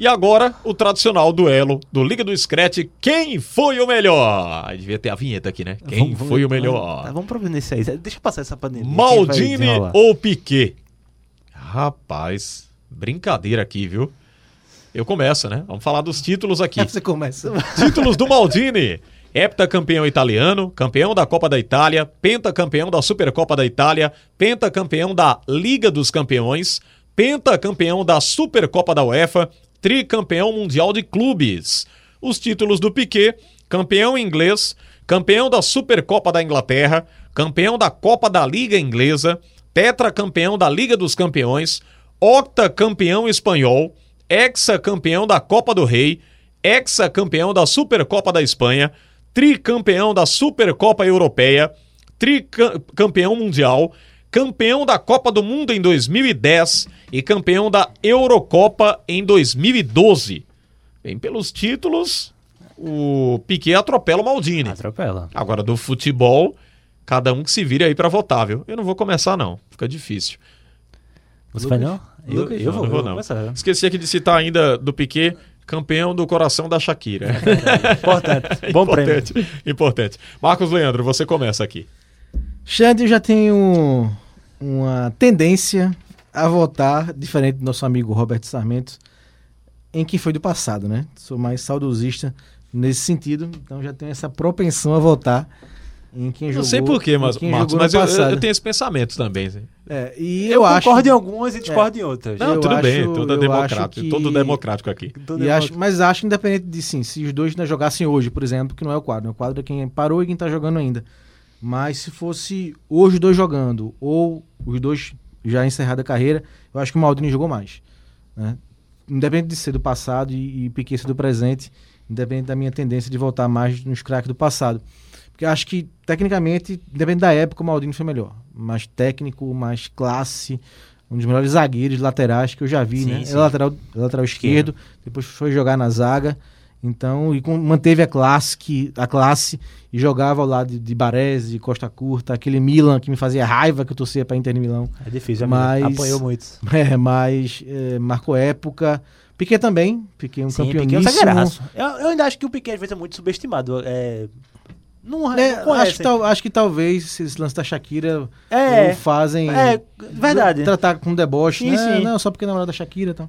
S4: E agora, o tradicional duelo do Liga do Scratch. Quem foi o melhor? Ah, Devia ter a vinheta aqui, né? Quem
S7: Vamos- vamos-
S4: foi o
S7: Vamos, tá,
S4: melhor?
S7: vamos providenciar isso. Deixa eu passar essa pandemia. que vai
S4: Maldini
S7: desenrolar.
S4: ou Piquet? Rapaz, brincadeira aqui, viu? Eu começo, né? Vamos falar dos títulos aqui.
S5: Você começa.
S4: Títulos do Maldini. Heptacampeão italiano, campeão da Copa da Itália, pentacampeão da Supercopa da Itália, pentacampeão da Liga dos Campeões, pentacampeão da Supercopa da UEFA, tricampeão mundial de clubes. Os títulos do Piquet, campeão inglês, campeão da Supercopa da Inglaterra, campeão da Copa da Liga Inglesa, tetracampeão da Liga dos Campeões, octacampeão espanhol, hexacampeão da Copa do Rei, hexacampeão da Supercopa da Espanha, tricampeão da Supercopa Europeia, tricampeão mundial, campeão da Copa do Mundo em 2010 e campeão da Eurocopa em 2012. Bem, pelos títulos, o Piquet atropela o Maldini.
S7: Atropela.
S4: Agora, do futebol, cada um que se vire aí pra votar, viu? Eu não vou começar, não. Fica difícil.
S7: Você vai não? Eu,
S5: Lucas,
S7: eu
S4: Não,
S7: vou,
S4: não vou,
S7: eu vou
S4: não.
S7: começar.
S4: Esqueci aqui de citar ainda do Piquet, campeão do coração da Shakira.
S7: Importante. Bom prêmio.
S4: É importante, importante. Marcos Leandro, você começa aqui.
S5: Xande, eu já tenho uma tendência a votar, diferente do nosso amigo Roberto Sarmento, em quem foi do passado, né? Sou mais saudosista nesse sentido, então já tenho essa propensão a votar em quem jogou.
S4: não sei porquê, mas,
S5: em quem
S4: Marcos,
S5: jogou no
S4: mas eu, eu-
S5: passado.
S4: eu tenho esse pensamento também. né?
S5: É, e eu,
S7: Eu,
S5: acho.
S7: concordo em algumas e discordo em outras.
S4: Não,
S5: Eu
S4: tudo
S5: acho-
S4: bem, tudo é
S5: eu
S4: democrático,
S5: acho que-
S4: todo democrático aqui.
S7: Todo
S5: e
S7: mundo-
S5: acho- mas acho independente de sim, se os dois né, jogassem hoje, por exemplo, que não é o quadro, né? o quadro é quem parou e quem tá jogando ainda. Mas se fosse hoje os dois jogando, ou os dois já encerrada a carreira, eu acho que o Maldini jogou mais. né? Independente de ser do passado e, e Piquet ser do presente, independente da minha tendência de voltar mais nos craques do passado. Porque eu acho que, tecnicamente, independente da época, o Maldini foi melhor. Mais técnico, mais classe, um dos melhores zagueiros laterais que eu já vi,
S7: Sim,
S5: né?
S7: sim.
S5: Era lateral, lateral esquerdo, depois foi jogar na zaga. Então, e com- manteve a classe, que- a classe e jogava ao lado de, de Baresi, Costa Curta, aquele Milan que me fazia raiva que eu torcia para Inter de Milão.
S7: É difícil,
S5: Mas-
S7: mas... apanhou muitos.
S5: É, mas é, marcou época. Piquet também, Piquet um
S7: Sim,
S5: campeão
S7: Piquet é um zagueiraço. Eu, eu ainda acho que o Piquet às vezes é muito subestimado. É... Não,
S5: É,
S7: não conhece.
S5: acho, que tal- acho que talvez esse esse lance da Shakira
S7: É.
S5: não fazem.
S7: É, verdade.
S5: Tratar com deboche.
S7: Sim,
S5: né?
S7: sim.
S5: Não, só porque é namorada da Shakira e tal.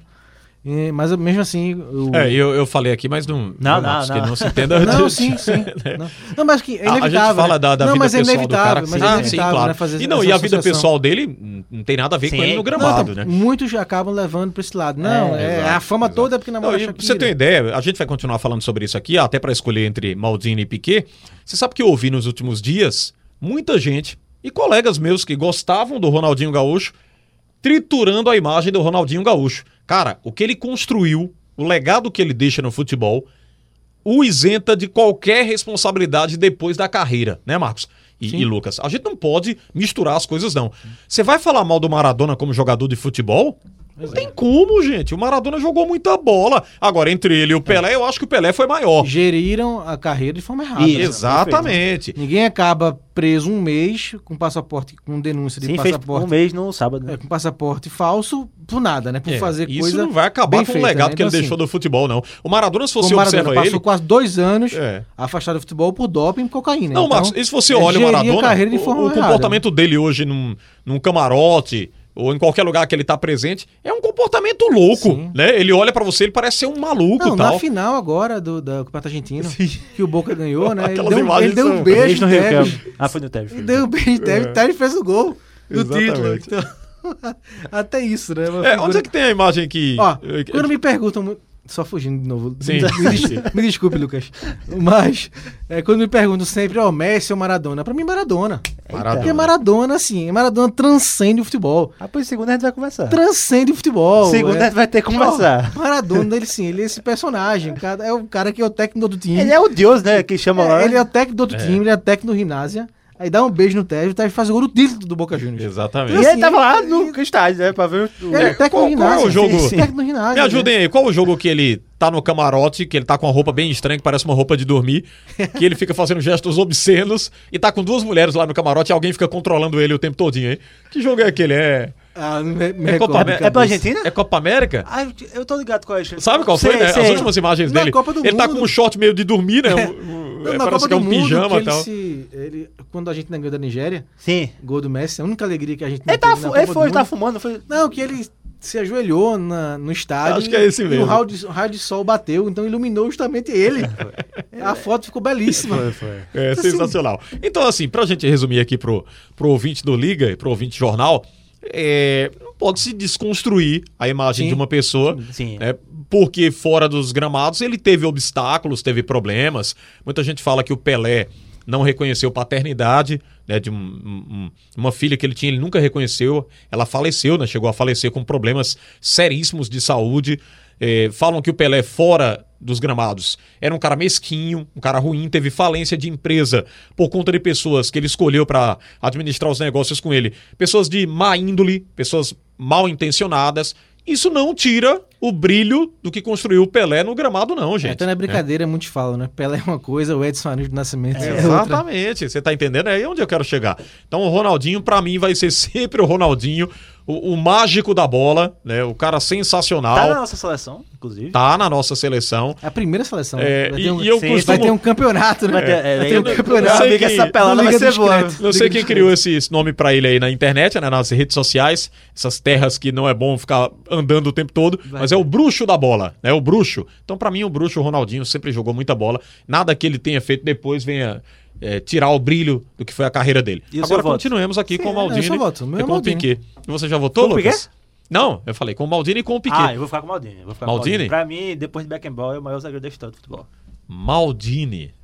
S5: É, mas eu- mesmo assim. Eu...
S4: É, eu, eu falei aqui, mas não.
S7: Não,
S4: Marcos,
S7: não, não.
S4: que não se entenda.
S5: Não, sim, sim. Não, Não, mas que
S4: né?
S5: é
S4: A-
S5: inevitável.
S4: a gente fala
S5: né?
S4: da, da
S5: não,
S4: vida
S5: mas é
S4: pessoal do cara.
S5: inevitável,
S4: que se-
S5: mas é
S4: Ah,
S5: inevitável, né? Fazer
S4: e não,
S5: essa
S4: e a vida
S5: associação.
S4: pessoal dele hum, não tem nada a ver
S7: Sim.
S4: com ele no
S5: Não, então,
S4: gramado, né?
S5: Muitos acabam levando pra esse lado. Não, é,
S4: exato,
S5: a fama toda é porque
S4: Não, e
S5: namora a Shakira.
S4: pra você ter uma ideia, a gente vai continuar falando sobre isso aqui, até pra escolher entre Maldini e Piquet. Você sabe que eu ouvi nos últimos dias muita gente e colegas meus que gostavam do Ronaldinho Gaúcho triturando a imagem do Ronaldinho Gaúcho. Cara, o que ele construiu, o legado que ele deixa no futebol, o isenta de qualquer responsabilidade depois da carreira, né, Marcos? E, e Lucas, a gente não pode misturar as coisas, não. Você vai falar mal do Maradona como jogador de futebol? Não
S5: é.
S4: tem como, gente. O Maradona jogou muita bola. Agora, entre ele e
S5: É.
S4: o Pelé, eu acho que o Pelé foi maior.
S5: Geriram a carreira de forma errada. né?
S4: Exatamente.
S5: Ninguém acaba preso um mês com passaporte, com denúncia de
S7: Sim, fez
S5: passaporte
S7: um mês no sábado. né?
S5: É, com passaporte falso, por nada, né? Por
S4: É,
S5: fazer
S4: isso
S5: coisa.
S4: não vai acabar
S5: bem
S4: com
S5: feita,
S4: o legado
S5: né?
S4: que ele
S5: Então,
S4: deixou
S5: assim,
S4: do futebol, não. O Maradona, se você
S5: como o Maradona
S4: observa
S5: passou
S4: ele.
S5: quase dois anos
S4: É.
S5: afastado do futebol por doping e cocaína.
S4: Não,
S5: Então,
S4: Marcos, e se você
S5: é,
S4: olha o
S5: gerir a
S4: Maradona,
S5: carreira de
S4: o-
S5: forma
S4: o,
S5: errada. né?
S4: comportamento dele hoje num, num camarote ou em qualquer lugar que ele tá presente é um comportamento louco,
S5: Sim.
S4: né? Ele olha pra você, ele parece ser um maluco
S5: Não,
S4: e tal.
S5: na final agora do, da Campeonato Argentino, que o Boca ganhou, né? Ele
S4: Aquelas
S5: deu, um-
S4: imagens
S5: ele deu
S4: são-
S5: um
S7: Um mês
S5: beijo
S7: no
S5: no
S7: Rio
S5: Tevez.
S7: Campo. Ah, foi no Tevez.
S5: Ele deu um beijo no Tevez, Tevez fez o gol do título.
S4: É. Exatamente.
S5: Então, até isso, né? Uma
S4: É,
S5: figura-
S4: onde é que tem a imagem que.
S5: Ó,
S4: eh,
S5: quando me perguntam muito. Só fugindo de novo.
S4: Sim,
S5: Me, des- me desculpe, Lucas. Mas, é, quando me perguntam sempre, ó, Messi ou Maradona? Pra mim, Maradona. Porque Maradona, assim, Maradona transcende o futebol.
S7: Ah, pois segunda a gente vai conversar.
S5: Transcende o futebol.
S7: Segunda
S5: é.
S7: a gente vai ter que conversar.
S5: Ó, Maradona, ele sim, ele é esse personagem. cara- É o cara que é o técnico do time.
S7: Ele é o Deus, né? Que chama lá.
S5: É, ele é o técnico do outro time, ele é técnico do Rinásia. Aí dá um beijo no Tevez, o Tevez faz o gol do título do Boca Juniors.
S4: Exatamente.
S7: E
S5: assim,
S7: ele tava lá
S5: ele-
S7: no estádio, né? Pra ver o.
S5: Ele é o técnico
S4: qual-
S5: do
S4: qual é o
S5: Rinásia.
S4: jogo?
S5: Sim, sim. Técnico do Rinásia,
S4: Me
S5: né?
S4: ajudem aí, qual o jogo que ele tá no camarote, que ele tá com uma roupa bem estranha, que parece uma roupa de dormir, que ele fica fazendo gestos obscenos e tá com duas mulheres lá no camarote e alguém fica controlando ele o tempo todinho, hein? Que jogo é aquele? É,
S5: Ah, não me, me
S4: É
S5: recordo
S4: Copa-
S5: de
S4: é
S7: É
S5: cabeça.
S7: pra Argentina?
S4: é Copa América?
S7: Ah, eu- eu tô ligado qual é. Alexandre.
S4: Sabe qual foi,
S7: Sei,
S4: né?
S7: sei.
S4: As últimas imagens
S5: Na
S4: dele.
S5: Copa do
S4: ele tá
S5: Mundo.
S4: com um short meio de dormir, né? Um-
S5: Não,
S4: é,
S5: na
S4: parece
S5: Copa
S4: que é
S5: do
S4: um
S5: Mundo, que
S4: pijama e
S5: ele
S4: tal.
S5: se- ele- quando a gente ganhou da Nigéria,
S7: Sim.
S5: gol do Messi, a única alegria que a gente não
S7: Ele, tava,
S5: teve na
S7: fu-
S5: Copa
S7: ele
S5: do
S7: foi, tá
S5: Mundo-
S7: tava fumando, foi.
S5: Não, que ele se ajoelhou na- no estádio.
S4: Acho que é esse
S5: e
S4: mesmo.
S5: o raio, de, o raio de sol bateu, então iluminou justamente ele. É, a foto ficou belíssima.
S4: É
S5: Assim-
S4: sensacional. Então, assim, pra gente resumir aqui pro, pro ouvinte do Liga e pro ouvinte jornal, é, não pode se desconstruir a imagem
S5: Sim.
S4: de uma pessoa,
S7: Sim.
S4: né, porque fora dos gramados ele teve obstáculos, teve problemas. Muita gente fala que o Pelé não reconheceu paternidade, né, de um- um- um- uma filha que ele tinha, ele nunca reconheceu. Ela faleceu, né, chegou a falecer com problemas seríssimos de saúde. É, falam que o Pelé fora dos gramados era um cara mesquinho, um cara ruim, teve falência de empresa por conta de pessoas que ele escolheu para administrar os negócios com ele, pessoas de má índole, pessoas mal intencionadas. Isso não tira o brilho do que construiu o Pelé no gramado, não, gente.
S5: Então não é brincadeira, muitos falam, né? Pelé é uma coisa, o Edson Arantes do Nascimento é, outra.
S4: Exatamente, você tá entendendo? É aí onde eu quero chegar. Então o Ronaldinho, pra mim, vai ser sempre o Ronaldinho, o, o mágico da bola, né? O cara sensacional.
S7: Tá na nossa seleção, inclusive.
S4: tá na nossa seleção.
S5: É a primeira seleção.
S4: É,
S5: né? Vai
S4: e-
S5: ter um,
S4: e eu
S5: vai
S4: costumo-
S5: ter um campeonato, né?
S7: Vai ter- é,
S5: vai ter
S7: eu
S5: um
S7: não-
S5: campeonato.
S4: eu sei
S7: Sabe que
S4: que-
S7: essa pelada
S5: Liga
S7: vai ser
S5: dos
S7: boa.
S5: Cretos.
S4: Não sei quem criou esse esse nome pra ele aí na internet, né, nas redes sociais, essas terras que não é bom ficar andando o tempo todo, mas é o bruxo da bola, né? O bruxo. Então, pra mim, o bruxo, o Ronaldinho, sempre jogou muita bola. Nada que ele tenha feito depois venha é, tirar o brilho do que foi a carreira dele.
S7: E o seu
S4: Agora
S7: voto?
S4: continuemos aqui com o
S5: eu só
S4: Maldini
S5: voto. O meu
S4: e
S5: é
S4: com o
S5: Maldini.
S4: Piquet. E você já votou,
S7: Com o
S4: Lucas? Não, eu falei com o Maldini e com o Piquet.
S7: Ah, eu vou ficar com o Maldini. eu Vou ficar com o
S4: Maldini?
S7: Pra mim, depois de Beckenbauer, é o maior zagueiro da história do futebol.
S4: Maldini.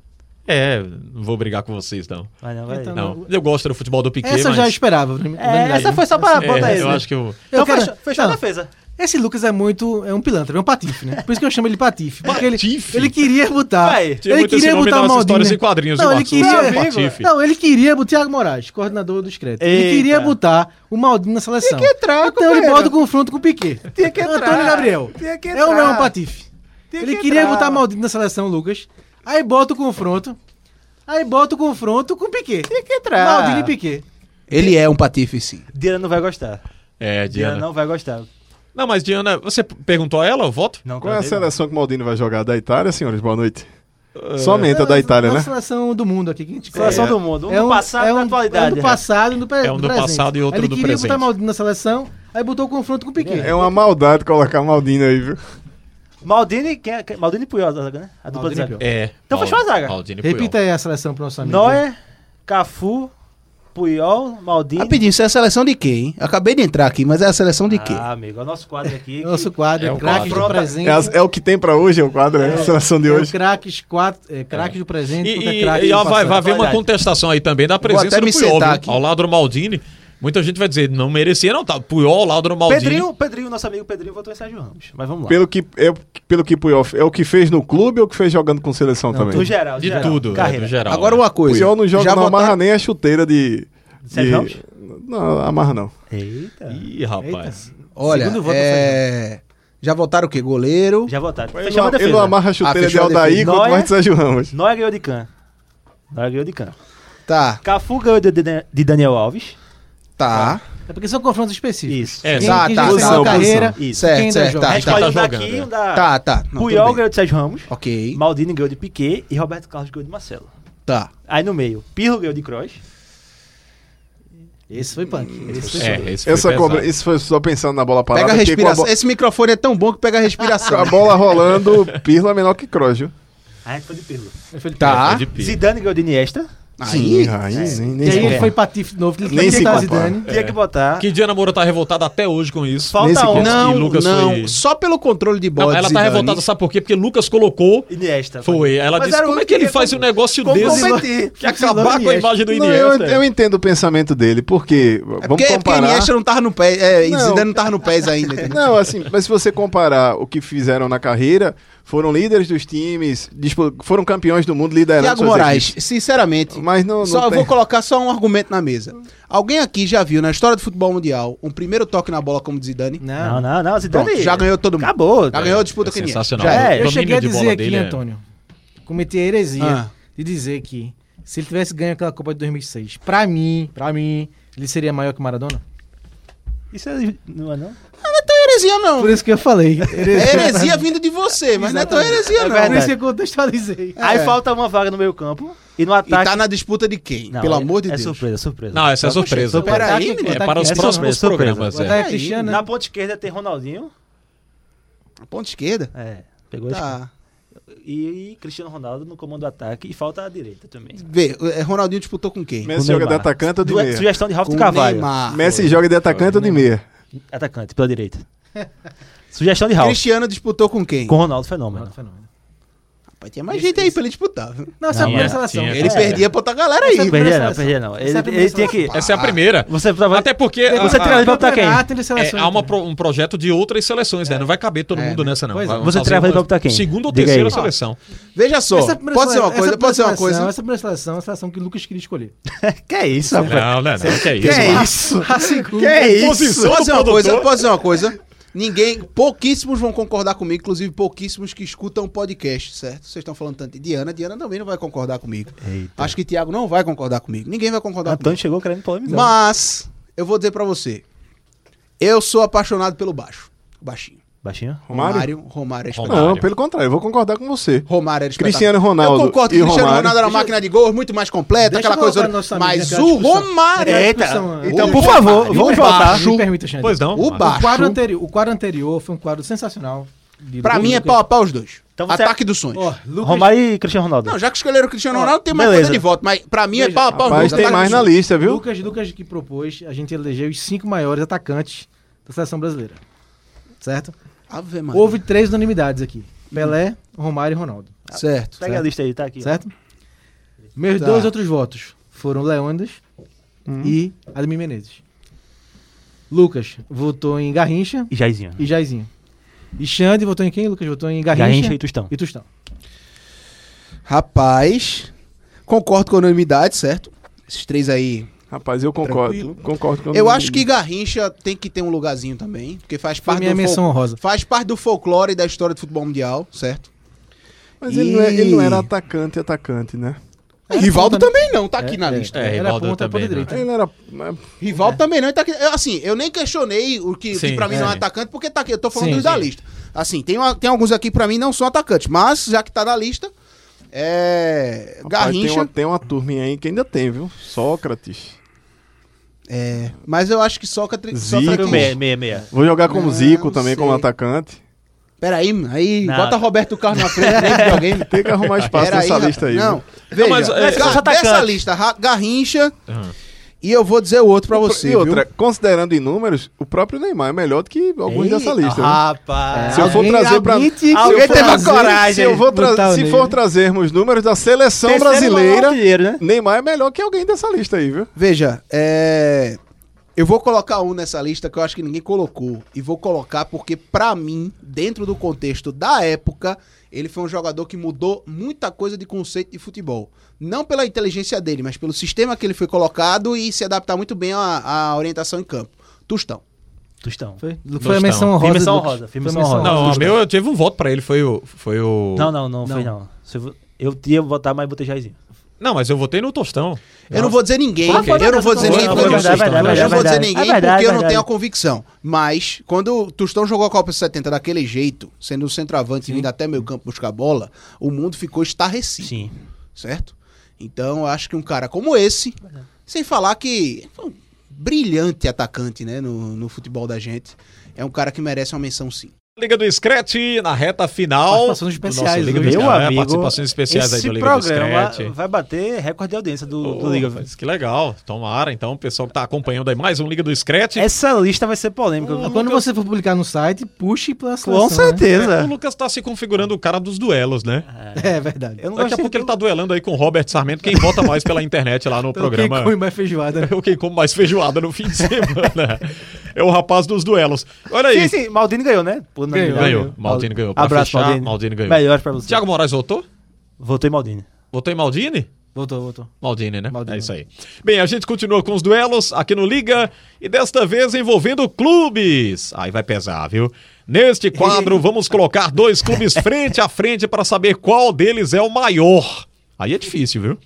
S4: É, não vou brigar com vocês, não.
S7: Mas Ah, não, vai.
S5: Então,
S4: Não, eu gosto do futebol do Piquet,
S5: Essa eu
S4: mas...
S5: já esperava. na
S7: É,
S5: verdade,
S7: essa
S5: né?
S7: foi só pra
S4: É,
S7: botar esse.
S4: eu
S7: né?
S4: acho que eu...
S7: Então
S5: Eu quero-
S7: fechou, fechou a
S5: Não.
S7: defesa.
S5: Esse Lucas é muito. É um pilantra, é um patife, né? Por isso que eu chamo ele patife. Porque ele,
S4: Patife?
S5: ele queria botar.
S7: Vai,
S4: tinha
S5: ele
S4: muito esse
S5: queria
S4: nome
S5: botar
S4: nas
S5: o Maldini. né?
S4: histórias em quadrinhos,
S5: não,
S4: viu,
S5: ele
S4: Marcos? Você é um
S5: queria,
S4: patife.
S5: não, ele queria botar o Thiago Moraes, coordenador dos Cretos. Ele
S7: Eita.
S5: queria botar o Maldini na seleção.
S7: Tinha que entrar,
S5: então ele
S7: companheiro.
S5: bota o confronto com o Piquet.
S7: Tinha que entrar.
S5: Antônio Gabriel.
S7: Tinha que
S5: É ou não é um
S7: entrar.
S5: patife?
S7: Tem
S5: Ele
S7: que
S5: queria
S7: entrar.
S5: botar maldito na seleção, Lucas. Aí bota o confronto. Aí bota o confronto com o Piquet.
S7: Tem que entrar.
S5: Maldini e Piquet.
S6: Ele é um patife, sim.
S7: Diana não vai gostar.
S4: É,
S7: Diana,
S4: Diana.
S7: não vai gostar.
S4: Não, mas Diana, você p- perguntou a ela o voto?
S7: Não,
S3: Qual é a
S7: gostei,
S3: seleção que o Maldini vai jogar da Itália, senhores? Boa noite. Somente a da Itália,
S5: É
S3: né?
S5: uma seleção do mundo aqui que a gente
S7: não. Seleção
S4: É.
S7: do mundo. Um
S5: É
S7: do passado e
S5: é
S7: um, da
S5: um-
S7: atualidade.
S5: É um do passado e um do, pre
S4: É um do
S5: presente.
S4: passado e outro
S5: Aí
S4: do
S5: Ele queria botar
S4: presente.
S5: Maldini na seleção, aí botou o confronto com o Piquet.
S3: É uma maldade colocar Maldini aí, viu?
S7: Maldini, quem é? quem- Maldini e Puyol, a zaga, né? A dupla de
S5: Maldini e
S7: zaga.
S4: É.
S7: Então fechou a zaga.
S4: Maldini Puyol.
S5: Repita aí a seleção pro nosso amigo.
S7: Noé, Cafu, Puyol, Maldini.
S6: Rapidinho, isso é a seleção de quê, hein? Acabei de entrar aqui, mas é a seleção de quê?
S7: Ah, amigo, é o nosso quadro aqui.
S5: É o Nosso quadro,
S4: É
S5: é
S4: o
S5: craques
S4: quadro.
S5: do presente.
S3: É, as- é o que tem pra hoje, é o quadro, é a seleção de
S5: É o
S3: hoje.
S5: craques, quatro, é, craques do presente
S4: E,
S5: contra
S4: e-
S5: craques
S4: e, ó,
S5: do
S4: vai,
S5: passado.
S4: vai haver uma
S7: Verdade.
S4: contestação aí também da presença
S6: até
S4: do
S6: me
S4: Puyol,
S6: sentar
S4: viu?
S6: aqui.
S4: ao lado do Maldini. Muita gente vai dizer, não merecia não, tá? Puyol, Laudro Maldini.
S7: Pedrinho, Pedrinho, nosso amigo Pedrinho, votou em Sérgio Ramos. Mas vamos lá.
S3: Pelo que, é, pelo que Puyol, é o que fez no clube ou o que fez jogando com seleção também?
S7: No geral,
S4: de
S7: geral.
S4: tudo, é,
S7: Carreira.
S4: do geral.
S6: Agora
S4: né?
S6: uma coisa.
S3: Puyol não joga,
S6: já
S3: não
S6: votaram-
S3: amarra nem a chuteira de...
S7: Sérgio Ramos?
S3: de- Não, amarra não.
S7: Eita.
S4: Ih, rapaz.
S6: Olha,
S7: Segundo voto
S6: é... já votaram o quê? Goleiro.
S7: Já votaram.
S3: Ele
S7: Fechou
S3: não,
S7: a
S3: ele não
S7: defesa.
S3: amarra a
S6: Ah,
S3: chuteira de
S6: fechou a
S3: Aldair
S7: defesa.
S3: quanto
S7: Noia.
S3: mais de Sérgio Ramos.
S7: Noé ganhou de Can. Noé ganhou de Can.
S6: Tá,
S7: Cafu ganhou de, de- de Daniel Alves. Ah,
S6: tá.
S5: É porque são confrontos específicos.
S7: Isso.
S4: É,
S5: Quem,
S6: Tá,
S5: quem
S6: tá,
S5: já encerrou
S3: tá,
S5: a
S3: tá.
S5: carreira,
S7: Isso.
S5: quem
S6: Certo,
S5: ainda
S6: certo,
S5: joga.
S6: tá,
S7: A
S6: tá,
S7: gente
S6: tá,
S7: pode
S4: tá
S7: um
S4: jogando,
S7: daqui,
S4: é.
S7: um da...
S6: tá, tá. Não,
S7: Puyol
S6: tudo bem.
S7: ganhou de Sérgio Ramos.
S6: Ok,
S7: Maldini ganhou de Piquet e Roberto Carlos ganhou de Marcelo.
S6: tá.
S7: Aí no meio, Pirlo ganhou de Kroos.
S5: Esse foi punk. Esse foi
S4: É, esse foi
S3: Essa
S4: pesado.
S3: cobra, isso foi só pensando na bola parada.
S6: Pega a
S3: porque com
S6: respiração.
S3: bo-
S6: Esse microfone é tão bom que pega a
S3: com
S6: respiração.
S3: a bola rolando, Pirlo é menor que Kroos, viu?
S7: Aí a gente foi de Pirlo.
S6: tá.
S4: Foi de pia.
S7: Zidane ganhou de Iniesta.
S6: Aí,
S3: aí nem,
S5: E
S7: É.
S3: nem
S5: aí
S3: se
S5: ele
S3: compara.
S5: foi patife de novo, que ele
S3: Nem
S5: foi
S3: se
S5: tentar
S3: compara.
S4: É.
S5: Zidane.
S7: Tinha que botar.
S4: Que Diana Moura tá revoltada até hoje com isso.
S3: nesse
S7: Falta um.
S3: ponto.
S6: não,
S4: E Lucas
S6: não.
S4: foi-
S6: Só pelo controle de bola.
S4: Não,
S6: de
S4: ela tá
S6: Zidane.
S4: revoltada, sabe por quê? Porque Lucas colocou...
S7: Iniesta.
S4: Foi, ela
S7: Mas
S4: disse,
S7: era o
S4: como é
S7: único
S4: que ele
S7: que
S4: faz um
S7: com-
S4: negócio
S7: com-
S4: desse
S7: competir.
S4: que acabar com a imagem do
S3: Não, eu,
S7: é.
S4: Iniesta?
S3: eu entendo o pensamento dele, porque.
S6: É
S3: vamos
S6: porque, é porque
S3: comparar.
S6: Iniesta não tava no pé. É,
S3: Não.
S6: Zidane não tava no pés ainda. entendeu?
S3: Não, assim, mas se você comparar o que fizeram na carreira, foram líderes dos times, dispu- foram campeões do mundo, liderando
S6: Tiago
S3: suas
S6: Moraes,
S3: equipes.
S6: sinceramente,
S3: Mas não- não
S6: só eu
S3: tem-
S6: vou colocar só um argumento na mesa. Alguém aqui já viu na história do futebol mundial um primeiro toque na bola como de Zidane?
S7: Não, não, não. Zidane.
S6: Pronto, já ganhou todo mundo.
S7: Acabou.
S6: Já ganhou a disputa
S4: É
S6: com Iniesta.
S4: sensacional.
S6: Já é.
S7: é.
S5: Eu
S4: domínio
S5: cheguei a
S4: de
S5: dizer
S4: bola
S5: aqui,
S4: dele é-
S5: Antônio, cometi a heresia
S6: Ah.
S5: de dizer que se ele tivesse ganho aquela Copa de 2006, pra mim, pra mim, ele seria maior que o Maradona.
S7: Isso é- não é não?
S6: Não é heresia, não.
S5: Por isso que eu falei.
S6: É heresia vindo de você, mas não é tão heresia,
S7: É
S6: não.
S5: Por isso que
S7: verdade.
S5: eu contextualizei.
S7: Aí
S6: É.
S7: falta uma vaga no meio campo e no
S6: E
S7: ataque...
S6: tá na disputa de quem?
S7: Não,
S6: Pelo
S7: é-
S6: amor de
S7: é
S6: Deus.
S7: surpresa, surpresa.
S4: Não, essa é
S7: Só-
S4: surpresa.
S7: Só-
S6: Peraí,
S5: Ataque-
S6: menino.
S4: É para os
S5: Ataque-
S4: próximos
S7: surpresa.
S4: programas, é.
S5: Ataque Cristiano,
S7: Na
S5: né?
S7: ponta esquerda tem Ronaldinho.
S6: Ponta esquerda?
S7: É, pegou a
S6: Tá.
S7: esquerda. E, e Cristiano Ronaldo no comando do ataque e falta a direita também.
S6: Vê, é, Ronaldinho disputou com quem?
S3: Messi
S7: Com
S3: joga de
S7: Neymar.
S3: atacante ou de
S7: Du-
S3: meia?
S7: Sugestão de Ralf
S6: Com
S7: de
S6: o
S7: Carvalho.
S6: Neymar.
S3: Messi joga de
S6: Ah,
S3: atacante
S6: né?
S3: ou de meia?
S7: Atacante, pela direita. Sugestão de Ralf.
S6: Cristiano disputou com quem?
S7: Com Ronaldo Fenômeno.
S5: Fenômeno.
S6: Rapaz, tinha mais gente aí pra ele disputar. viu?
S5: Não, essa é a
S7: Não,
S5: primeira
S7: é,
S5: seleção.
S4: tinha-
S6: Ele
S7: É.
S6: perdia pra outra galera aí.
S5: Essa-
S6: viu?
S7: Perdia não,
S5: seleção.
S7: perdia não. Ele,
S5: Essa é a primeira
S7: ele tinha que...
S5: seleção.
S4: Essa é a primeira.
S7: Você tá tava...
S4: Até porque...
S7: Você
S4: a-
S7: tirava ele pra botar quem?
S5: Campeonato de
S4: É,
S5: seleções.
S4: há uma pro- um projeto de outras seleções, né? Não vai caber todo mundo nessa, não.
S5: Pois é.
S4: Vai-
S7: Você
S4: fazer
S7: trava
S4: uma
S7: ele pra botar quem?
S4: Segunda ou
S7: Diga aí.
S4: terceira seleção.
S6: Veja só.
S5: Essa é primeira
S6: Pode ser uma
S5: sele-
S6: coisa,
S5: essa
S6: pode ser
S5: primeira
S6: uma
S5: seleção,
S6: coisa.
S5: Essa primeira seleção é a seleção que o Lucas queria escolher.
S7: Que é isso, rapaz?
S4: Não, não, não. Que é isso?
S6: Que
S4: mano.
S6: isso? é
S5: A segunda.
S4: Posição
S6: Posso
S4: do
S6: dizer uma
S4: produtor.
S6: coisa? Posso dizer uma coisa? Ninguém, pouquíssimos vão concordar comigo, inclusive pouquíssimos que escutam podcast, certo? Vocês estão falando tanto de Diana, Diana também não vai concordar comigo. Acho que Tiago não vai concordar comigo. Ninguém vai concordar
S5: Tá
S6: comigo.
S7: Antônio chegou querendo polemizar.
S6: Mas eu vou dizer pra você. Eu sou apaixonado pelo baixo, o baixinho.
S7: Baixinho?
S3: Romário?
S6: Romário, Romário é espetáculo.
S3: Não,
S4: Romário.
S3: pelo contrário, eu vou concordar com você.
S6: Romário era espetáculo.
S3: Cristiano Ronaldo
S6: Eu concordo que
S3: e
S6: Cristiano
S3: Romário.
S6: Ronaldo era uma máquina de gols muito mais completa,
S5: Deixa
S6: aquela
S5: eu colocar
S6: É coisa.
S5: nosso amigo
S6: Mas
S5: aquela
S6: o
S5: discussão.
S3: É,
S6: Romário.
S5: Aquela
S7: Eita.
S5: discussão,
S6: Então,
S5: o-
S6: por favor, vamos voltar.
S5: Me permita, Xande.
S4: Pois não.
S6: O
S4: Márcio.
S6: baixo.
S5: O quadro, anterior, o quadro anterior foi um quadro sensacional. de
S6: Pra
S5: Lucas.
S6: mim é pau a pau os dois.
S7: Então você-
S6: Ataque dos sonhos.
S5: Ó, Lucas-
S7: Romário e Cristiano Ronaldo.
S6: Não, já que escolheram o Cristiano Ronaldo, tem mais
S7: beleza.
S6: coisa de voto. Mas pra mim é
S5: Veja,
S6: pau a pau os
S3: Mas
S6: dois.
S3: tem
S6: Ataque
S3: mais
S6: dos
S3: na
S6: sonhos.
S3: lista, viu?
S5: Lucas, Lucas que propôs, a gente elegeu os cinco maiores atacantes da seleção brasileira. Certo?
S6: Ave Maria.
S5: Houve três unanimidades aqui: Pelé, Romário e Ronaldo.
S6: Certo.
S7: Pega a lista aí, tá aqui.
S5: Certo? Meus
S6: Tá. Hum.
S5: dois outros votos foram Leônidas e Ademir Menezes. Lucas votou em Garrincha
S7: E Jairzinho.
S5: e Jaizinho. E Xande votou em quem? Lucas votou em Garrincha,
S7: Garrincha e Tostão.
S5: e Tostão.
S6: Rapaz, concordo com a unanimidade, certo? Esses três aí
S9: Rapaz, eu concordo. Concordo com
S10: Eu acho que Garrincha tem que ter um lugarzinho também, porque faz parte
S5: minha
S10: do
S5: menção
S10: fol-
S5: honrosa.
S10: faz parte do folclore da história do futebol mundial, certo?
S9: Mas ele, não é- ele não era
S5: E-
S9: atacante, atacante, né?
S10: Rivaldo
S5: né?
S10: também não, tá aqui
S5: É,
S10: na lista.
S9: É,
S5: Era
S4: Rivaldo
S5: ponta,
S4: também,
S5: ponta
S4: né?
S5: direita.
S9: Ele era. né,
S10: Rivaldo também não, ele tá aqui. Eu, assim, eu nem questionei o que, o que
S4: Sim,
S10: pra mim não é
S4: sim.
S10: atacante, porque tá aqui, eu tô falando
S5: Sim,
S10: dos da
S5: sim.
S10: lista. Assim, tem, uma- tem alguns aqui pra mim não são atacantes, mas já que tá na lista, é.
S9: rapaz,
S10: Garrincha.
S9: Tem uma, tem uma turminha aí que ainda tem, viu? Sócrates.
S10: É, mas eu acho que Sócrates.
S9: Zico.
S10: Sócrates-
S7: Meia, meia, meia.
S9: Vou jogar como
S10: Não
S9: Zico também, como
S10: sei.
S9: atacante.
S10: Peraí, aí,
S7: Não.
S10: bota Roberto Carlos na frente, né, videogame.
S9: Tem que arrumar espaço
S10: Peraí,
S9: nessa
S10: rapaz.
S9: lista aí.
S10: Não,
S9: viu?
S10: veja,
S4: mas, é,
S10: Gar-
S7: os atacantes.
S10: dessa lista, Ra- Garrincha. E eu vou dizer o outro pra você.
S9: e outra, considerando em números, o próprio Neymar é melhor do que alguns
S5: Ei,
S9: dessa lista. viu?
S7: Rapaz.
S9: Ah, Se eu for
S5: É, Alguém-
S9: trazer pra-
S5: alguém tinha que
S7: Alguém
S5: se
S7: teve a
S5: fazer.
S7: coragem.
S9: Se, eu vou tra-
S5: botar o
S9: se
S5: Neymar.
S9: for trazermos números da seleção
S7: Terceiro
S9: brasileira,
S7: maior artilheiro, né?
S9: Neymar é melhor que alguém dessa lista aí, viu?
S10: Veja, é, eu vou colocar um nessa lista que eu acho que ninguém colocou. E vou colocar porque, pra mim, dentro do contexto da época, ele foi um jogador que mudou muita coisa de conceito de futebol. Não pela inteligência dele, mas pelo sistema que ele foi colocado e se adaptar muito bem à, à orientação em campo. Tustão.
S7: Tostão.
S5: Foi, foi
S4: Tostão.
S5: a menção honrosa.
S7: Menção
S5: Lucas.
S7: honrosa,
S5: Foi a
S7: menção
S5: menção
S7: honrosa.
S5: honrosa.
S4: Não, o meu eu teve um voto pra ele, foi o. Foi o...
S7: Não, não, não, foi não. Se eu vou- Eu ia votar, mas botei Jairzinho.
S4: Não, mas eu votei no Tostão.
S10: Eu não vou dizer ninguém.
S4: Ah, foi
S10: Eu não vou dizer
S4: verdade,
S10: ninguém
S4: foi
S10: porque eu não sei.
S4: verdade, verdade,
S10: Eu não vou dizer
S7: verdade.
S10: ninguém
S7: É verdade,
S10: porque eu não
S7: verdade.
S10: tenho a convicção. Mas, quando o Tostão jogou a Copa 70 daquele jeito, sendo um centroavante e vindo até meio campo buscar bola, o mundo ficou estarrecido,
S7: Sim.
S10: certo? Então, eu acho que um cara como esse, sem falar que foi um brilhante atacante né, no, no futebol da gente, é um cara que merece uma menção sim.
S4: Liga do Scratch, na reta final.
S5: Participações especiais,
S4: Liga do
S5: meu
S4: Scratch, é,
S7: amigo,
S4: participações especiais aí
S7: Esse
S4: do Liga
S7: programa
S4: do Scratch.
S7: vai bater recorde de audiência do, do Liga.
S4: Pô, mas que legal. Tomara, então, o pessoal que tá acompanhando aí mais um Liga do Scratch.
S7: Essa lista vai ser polêmica.
S5: Mas Ah, Quando você for publicar no site, puxe pela né? seleção.
S7: Com certeza. Ah,
S4: O Lucas tá se configurando o cara dos duelos, né?
S5: Né? É verdade.
S7: Eu não
S4: Daqui a
S7: gosto
S4: pouco ele tá duelando aí com o Robert Sarmento, quem vota mais pela internet lá no programa.
S5: Quem come mais feijoada. né?
S4: É o quem come mais feijoada no fim de semana. é o rapaz dos duelos. Olha aí.
S7: Sim, sim, Maldini ganhou, né? Por unanimidade.
S4: Ganhou, Maldini ganhou. Pra
S7: Abraço,
S4: fechar,
S7: Maldini.
S4: Maldini ganhou.
S7: Melhor pra você.
S4: Tiago Moraes votou?
S7: Voltei Maldini.
S4: Votou em Maldini?
S5: Voltou, voltou.
S4: Maldini, né?
S5: Maldini.
S4: É isso aí. Bem, a gente continua com os duelos aqui no Liga e desta vez envolvendo clubes. Aí vai pesar, viu? Neste quadro, vamos colocar dois clubes frente a frente para saber qual deles é o maior. Aí é difícil, viu?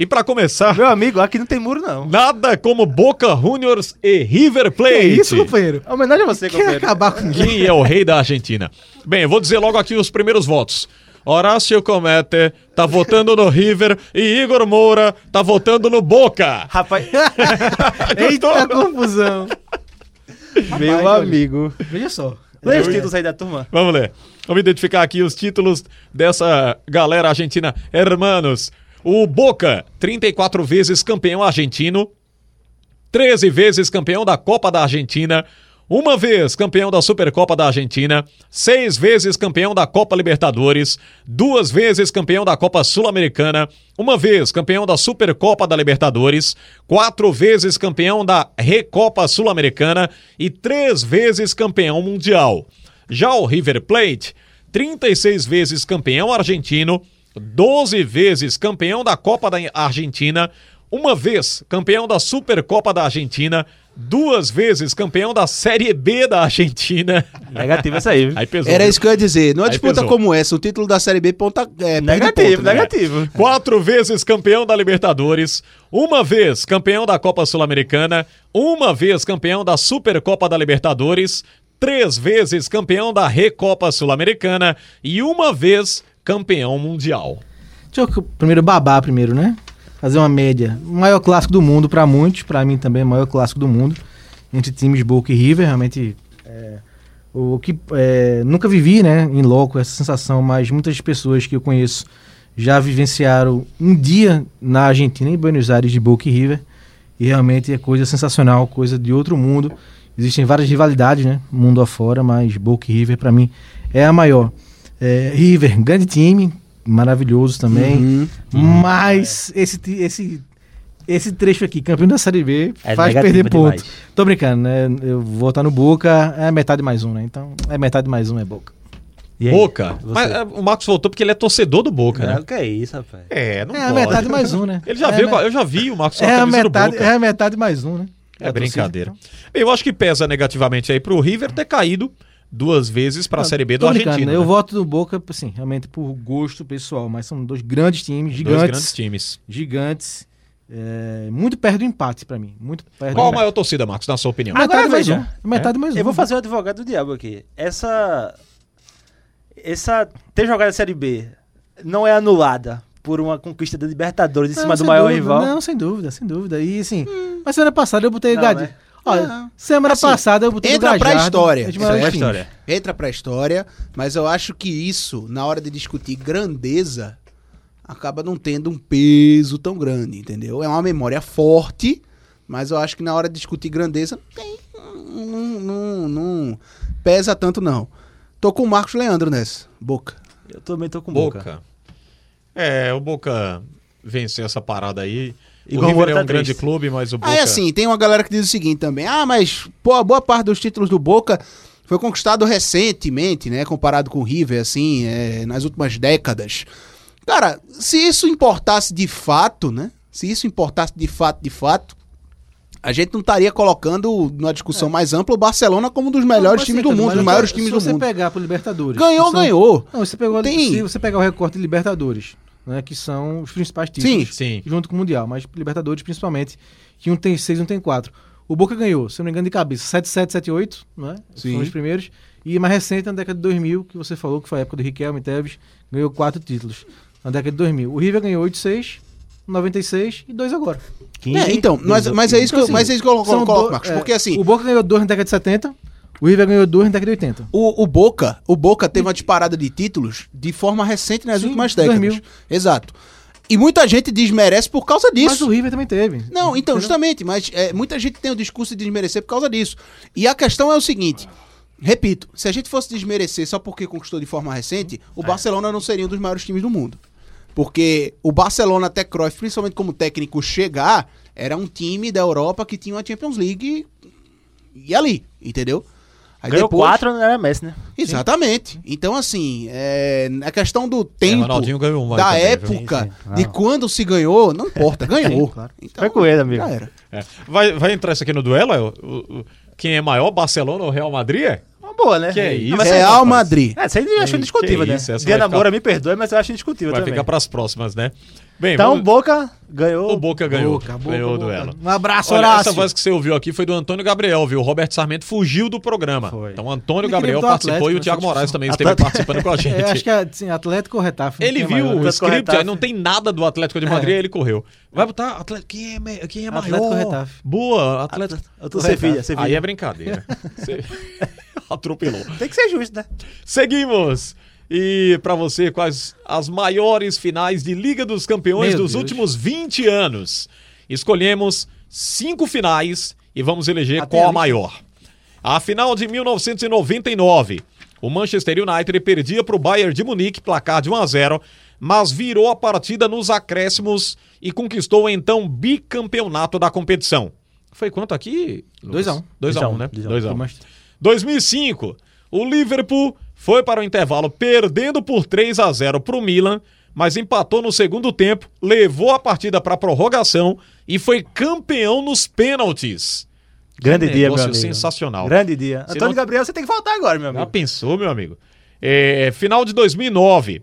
S4: E para começar,
S7: Meu amigo, aqui não tem muro, não.
S4: nada como Boca Juniors e River Plate.
S5: É isso, companheiro.
S7: É homenagem a você,
S5: Quer
S7: companheiro.
S5: acabar com
S4: Quem é o rei da Argentina? Bem, eu vou dizer logo aqui os primeiros votos. Horácio Comete tá votando no River e Igor Moura tá votando no Boca.
S7: Rapaz,
S5: Eita confusão.
S7: meu
S5: olha.
S7: amigo.
S5: Veja só.
S7: Lê os títulos aí da turma.
S4: Vamos ler. Vamos identificar aqui os títulos dessa galera argentina. Hermanos, o Boca, 34 vezes campeão argentino, 13 vezes campeão da Copa da Argentina, uma vez campeão da Supercopa da Argentina, seis vezes campeão da Copa Libertadores, duas vezes campeão da Copa Sul-Americana, uma vez campeão da Supercopa da Libertadores, quatro vezes campeão da Recopa Sul-Americana e três vezes campeão mundial. Já o River Plate, 36 vezes campeão argentino, 12 vezes campeão da Copa da Argentina, uma vez campeão da Supercopa da Argentina, duas vezes campeão da Série B da Argentina.
S7: Negativo essa aí. viu?
S4: Aí pesou.
S10: Era
S4: viu?
S10: isso que eu ia dizer. Numa
S4: Aí
S10: disputa
S4: pesou.
S10: como essa, o título da Série B ponta, é, perde
S7: Negativo,
S10: ponto, né?
S7: negativo.
S4: Quatro vezes campeão da Libertadores, uma vez campeão da Copa Sul-Americana, uma vez campeão da Supercopa da Libertadores, três vezes campeão da Recopa Sul-Americana e uma vez campeão mundial.
S5: Deixa eu primeiro babar primeiro, né? Fazer uma média. O maior clássico do mundo pra muitos, pra mim também é o maior clássico do mundo. Entre times Boca e River, realmente é, o que é, nunca vivi, né, em loco essa sensação, mas muitas pessoas que eu conheço já vivenciaram um dia na Argentina em Buenos Aires de Boca e River. E realmente é coisa sensacional, coisa de outro mundo. Existem várias rivalidades, né? Mundo afora, mas Boca e River, pra mim, é a maior. É, River, grande time, maravilhoso também.
S4: Uhum.
S5: Mas esse, ti- esse, esse trecho aqui, campeão da Série B,
S7: É
S5: faz
S7: negativo
S5: perder ponto.
S7: demais.
S5: Tô brincando, né? Eu vou estar no Boca, é metade mais um, né? Então, é metade mais um, é Boca.
S7: E aí,
S4: Boca.
S7: você?
S4: Mas, é, o Marcos voltou porque ele é torcedor do Boca,
S7: Cara,
S4: né?
S7: o que é isso, rapaz?
S4: É, não
S5: É a
S4: pode.
S5: metade mais um, né?
S4: Ele já
S5: É
S4: veio,
S5: a
S4: com a- eu já vi o Marcos com
S5: É a,
S4: camisa do
S5: metade,
S4: Boca.
S5: é a metade mais um, né?
S4: É brincadeira. Bem, eu acho que pesa negativamente aí pro River ter caído duas vezes pra Série B do
S5: Tô brincando,
S4: Argentino.
S5: né? Eu
S4: né?
S5: voto do Boca, assim, realmente por gosto pessoal, mas são dois grandes times, gigantes.
S4: Dois grandes times.
S5: Gigantes. é, muito perto do empate pra mim. Muito perto
S4: Qual a
S5: do
S4: maior torcida, Marcos, na sua opinião?
S5: Metade
S7: Agora
S5: mais
S7: veja.
S5: um. Metade mais um.
S7: Eu vou fazer o advogado do diabo aqui. Essa. Essa. Ter jogado a Série B não é anulada por uma conquista da Libertadores em
S5: Não,
S7: cima do
S5: sem
S7: maior
S5: dúvida,
S7: rival.
S5: Não, sem dúvida, sem dúvida. E assim,
S10: Hum.
S5: mas semana passada eu botei
S7: Não,
S5: Gadi.
S7: né?
S5: Olha,
S10: Não.
S5: semana
S10: Assim,
S5: passada eu botei o
S10: Entra pra
S5: Gajardo,
S10: história.
S5: é de maiores
S10: certo?
S5: times.
S10: Entra pra história, mas eu acho que isso, na hora de discutir grandeza, acaba não tendo um peso tão grande, entendeu? É uma memória forte, mas eu acho que na hora de discutir grandeza, não tem. Não, não- não pesa tanto, não. Tô com o Marcos Leandro nessa. Boca.
S7: Eu também tô com boca.
S4: Boca. É, o Boca venceu essa parada aí. o
S7: Igor
S4: River
S7: Moura
S4: é um
S7: tá
S4: grande
S7: triste.
S4: clube, mas o Boca...
S10: Ah, é assim, tem uma galera que diz o seguinte também. Ah, mas pô, a boa parte dos títulos do Boca foi conquistado recentemente, né? Comparado com o River, assim, é, nas últimas décadas. Cara, se isso importasse de fato, né? Se isso importasse de fato, de fato, a gente não estaria colocando numa discussão mais ampla o Barcelona como um dos melhores
S5: É. Mas,
S10: times
S5: assim,
S10: do mundo,
S5: mas
S10: dos maiores
S5: se
S10: times do
S5: você
S10: mundo.
S5: pegar pro Libertadores.
S10: Ganhou,
S5: que são-
S10: ganhou.
S5: Não, você pegou,
S10: Tem.
S5: se você pegar o recorte de Libertadores, né, que são os principais títulos.
S4: Sim, sim.
S5: Junto com o Mundial, mas Libertadores principalmente, que um tem seis, um tem quatro. O Boca ganhou, se eu não me engano, de cabeça, 7, 7, 7, 8, né?
S10: Sim.
S5: Foram os primeiros. E mais recente, na década de 2000, que você falou que foi a época do Riquelme e Teves, ganhou quatro títulos. Na década de 2000. O River ganhou 8, 6, 96 e 2 agora.
S10: É, então, mas, mas é isso que eu, mas é isso que eu colo-
S5: São
S10: coloco,
S5: do-
S10: Marcos.
S5: é,
S10: Porque assim,
S5: O Boca ganhou 2 na década de 70, o River ganhou 2 na década de 80.
S10: O, o Boca, o Boca teve uma disparada de títulos de forma recente nas
S5: Sim,
S10: últimas décadas.
S5: 2000.
S10: Exato. E muita gente desmerece por causa
S5: Mas o
S10: disso.
S5: River também teve.
S10: Não, então, justamente, mas é, muita gente tem o discurso de desmerecer por causa disso. E a questão é o seguinte: repito, se a gente fosse desmerecer só porque conquistou de forma recente, o Barcelona não seria um dos maiores times do mundo. Porque o Barcelona até Cruyff, principalmente como técnico chegar, era um time da Europa que tinha uma Champions League e ali, entendeu? Aí
S7: Ganhou
S10: depois-
S7: quatro, não era Messi, né?
S10: Exatamente. Então, assim, é, a questão do
S4: É,
S10: tempo,
S4: Ronaldinho ganhou um aí
S10: da
S4: também, viu?
S10: época,
S7: Sim, sim.
S10: de
S7: Não.
S10: quando se ganhou, não importa, ganhou. Então,
S7: Vai com ele, amigo.
S10: Já era.
S4: É. Vai, vai entrar isso aqui no duelo? é? O- o- o- quem é maior, Barcelona ou Real Madrid? é?
S7: Uma boa, né?
S4: Que é isso,
S7: mas-
S10: Real
S4: rapaz.
S10: Madrid.
S7: É, isso aí eu acho
S4: Que
S7: indiscutível, né?
S4: isso, essa
S7: Diana
S4: vai ficar-
S7: Moura me perdoe, mas eu acho indiscutível
S4: Vai
S7: também.
S4: ficar pras próximas, né? Bem,
S7: Então,
S4: vamos-
S7: Boca ganhou.
S4: o Boca ganhou. ganhou o duelo.
S5: Um abraço,
S4: Olha,
S5: Horácio.
S4: essa voz que você ouviu aqui foi do Antônio Gabriel, viu? O Roberto Sarmento fugiu do programa.
S7: Foi.
S4: Então, o Antônio
S5: Ele queria
S4: Gabriel
S5: do
S4: participou
S5: Atlético
S4: e o
S5: nessa
S4: Thiago Moraes
S5: discussão.
S4: também esteve participando
S10: então,
S4: com a gente.
S5: É, acho que é assim, Atlético ou Retafe.
S4: Ele
S5: quem é
S4: viu
S5: maior,
S4: o
S5: né?
S4: script, aí
S7: Retafe.
S4: não tem nada do Atlético de Madrid, ele correu. Vai botar Atlético, quem é, me- quem é
S5: É. Atlético
S4: maior?
S5: Retafe.
S4: Boa, Atlético.
S7: Eu tô Sevilha,
S4: Aí é
S7: Sevilha.
S4: brincadeira. Você- Atropelou.
S7: Tem que ser justo, né?
S4: Seguimos. E pra você, quais as maiores finais de Liga dos Campeões
S5: Meu
S4: dos
S5: Deus.
S4: últimos 20 anos? Escolhemos cinco finais e vamos eleger
S5: Até
S4: qual
S5: a
S4: a maior. A final de 1999. O Manchester United perdia para o Bayern de Munique, placar de 1 a 0, mas virou a partida nos acréscimos e conquistou então o bicampeonato da competição. Foi quanto aqui?
S5: 2 a 1.
S4: 2 a 1,
S7: Dois a um,
S4: né?
S7: dois a um.
S4: 2 a 1.
S5: Pro Manchester.
S4: 2005, o Liverpool foi para o intervalo perdendo por 3 a 0 para o Milan, mas empatou no segundo tempo, levou a partida para a prorrogação e foi campeão nos pênaltis.
S7: Grande
S4: Que
S7: dia, meu
S4: negócio
S7: amigo.
S4: sensacional.
S7: Grande dia.
S4: Se
S7: Antônio
S4: não-
S7: Gabriel, você tem que voltar agora, meu
S4: Já
S7: amigo.
S4: pensou, meu amigo? É, final de 2009,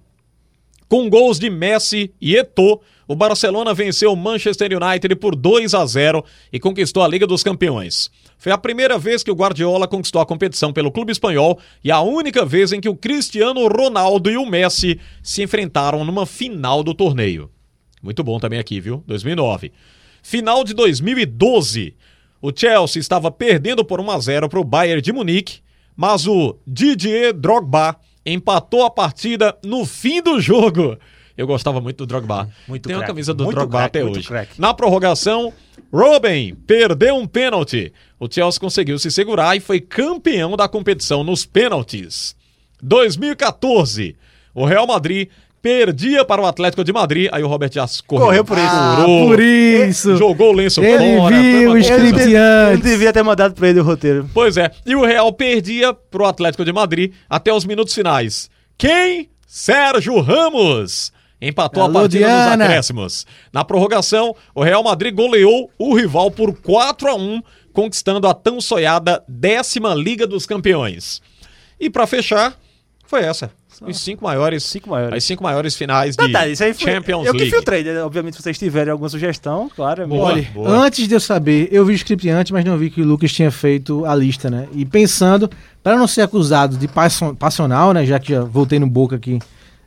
S4: com gols de Messi e Eto'o, o Barcelona venceu o Manchester United por 2 a 0 e conquistou a Liga dos Campeões. Foi a primeira vez que o Guardiola conquistou a competição pelo clube espanhol e a única vez em que o Cristiano Ronaldo e o Messi se enfrentaram numa final do torneio. Muito bom também aqui, viu? 2009. Final de 2012. O Chelsea estava perdendo por 1 a 0 para o Bayern de Munique, mas o Didier Drogba empatou a partida no fim do jogo. Eu gostava muito do Drogba.
S7: muito
S4: Tem a
S7: craque,
S4: camisa do
S7: muito
S4: Drogba
S7: craque,
S4: até
S7: muito
S4: hoje.
S7: craque.
S4: Na prorrogação, Robin perdeu um pênalti. O Chelsea conseguiu se segurar e foi campeão da competição nos pênaltis. 2014, o Real Madrid perdia para o Atlético de Madrid. Aí o Robert já correu,
S7: Correu por isso.
S4: Corou.
S5: Por isso.
S4: Jogou o lenço
S5: Ele
S4: fora. foi uma
S5: viu o
S4: confusão.
S5: script
S7: Ele
S5: antes.
S7: devia ter mandado pra ele o roteiro.
S4: Pois é, e o Real perdia pro Atlético de Madrid até os minutos finais. Quem? Sérgio Ramos. Empatou
S5: Alô,
S4: a partida nos
S5: Diana.
S4: acréscimos. Na prorrogação, o Real Madrid goleou o rival por 4 a 1, conquistando a tão sonhada décima Liga dos Campeões. E pra fechar, foi essa. Os cinco maiores,
S7: Cinco maiores.
S4: as cinco maiores finais de
S7: Detalhe, tá, isso aí foi,
S4: Champions
S7: eu que
S4: League.
S7: filtrei, né? obviamente, se vocês tiverem alguma sugestão, claro. é
S4: Boa,
S7: Olha,
S4: boa.
S5: Antes de eu saber, eu vi o script antes, mas não vi que o Lucas tinha feito a lista, né? E pensando, para não ser acusado de passion- passional, né? Já que já voltei no boca aqui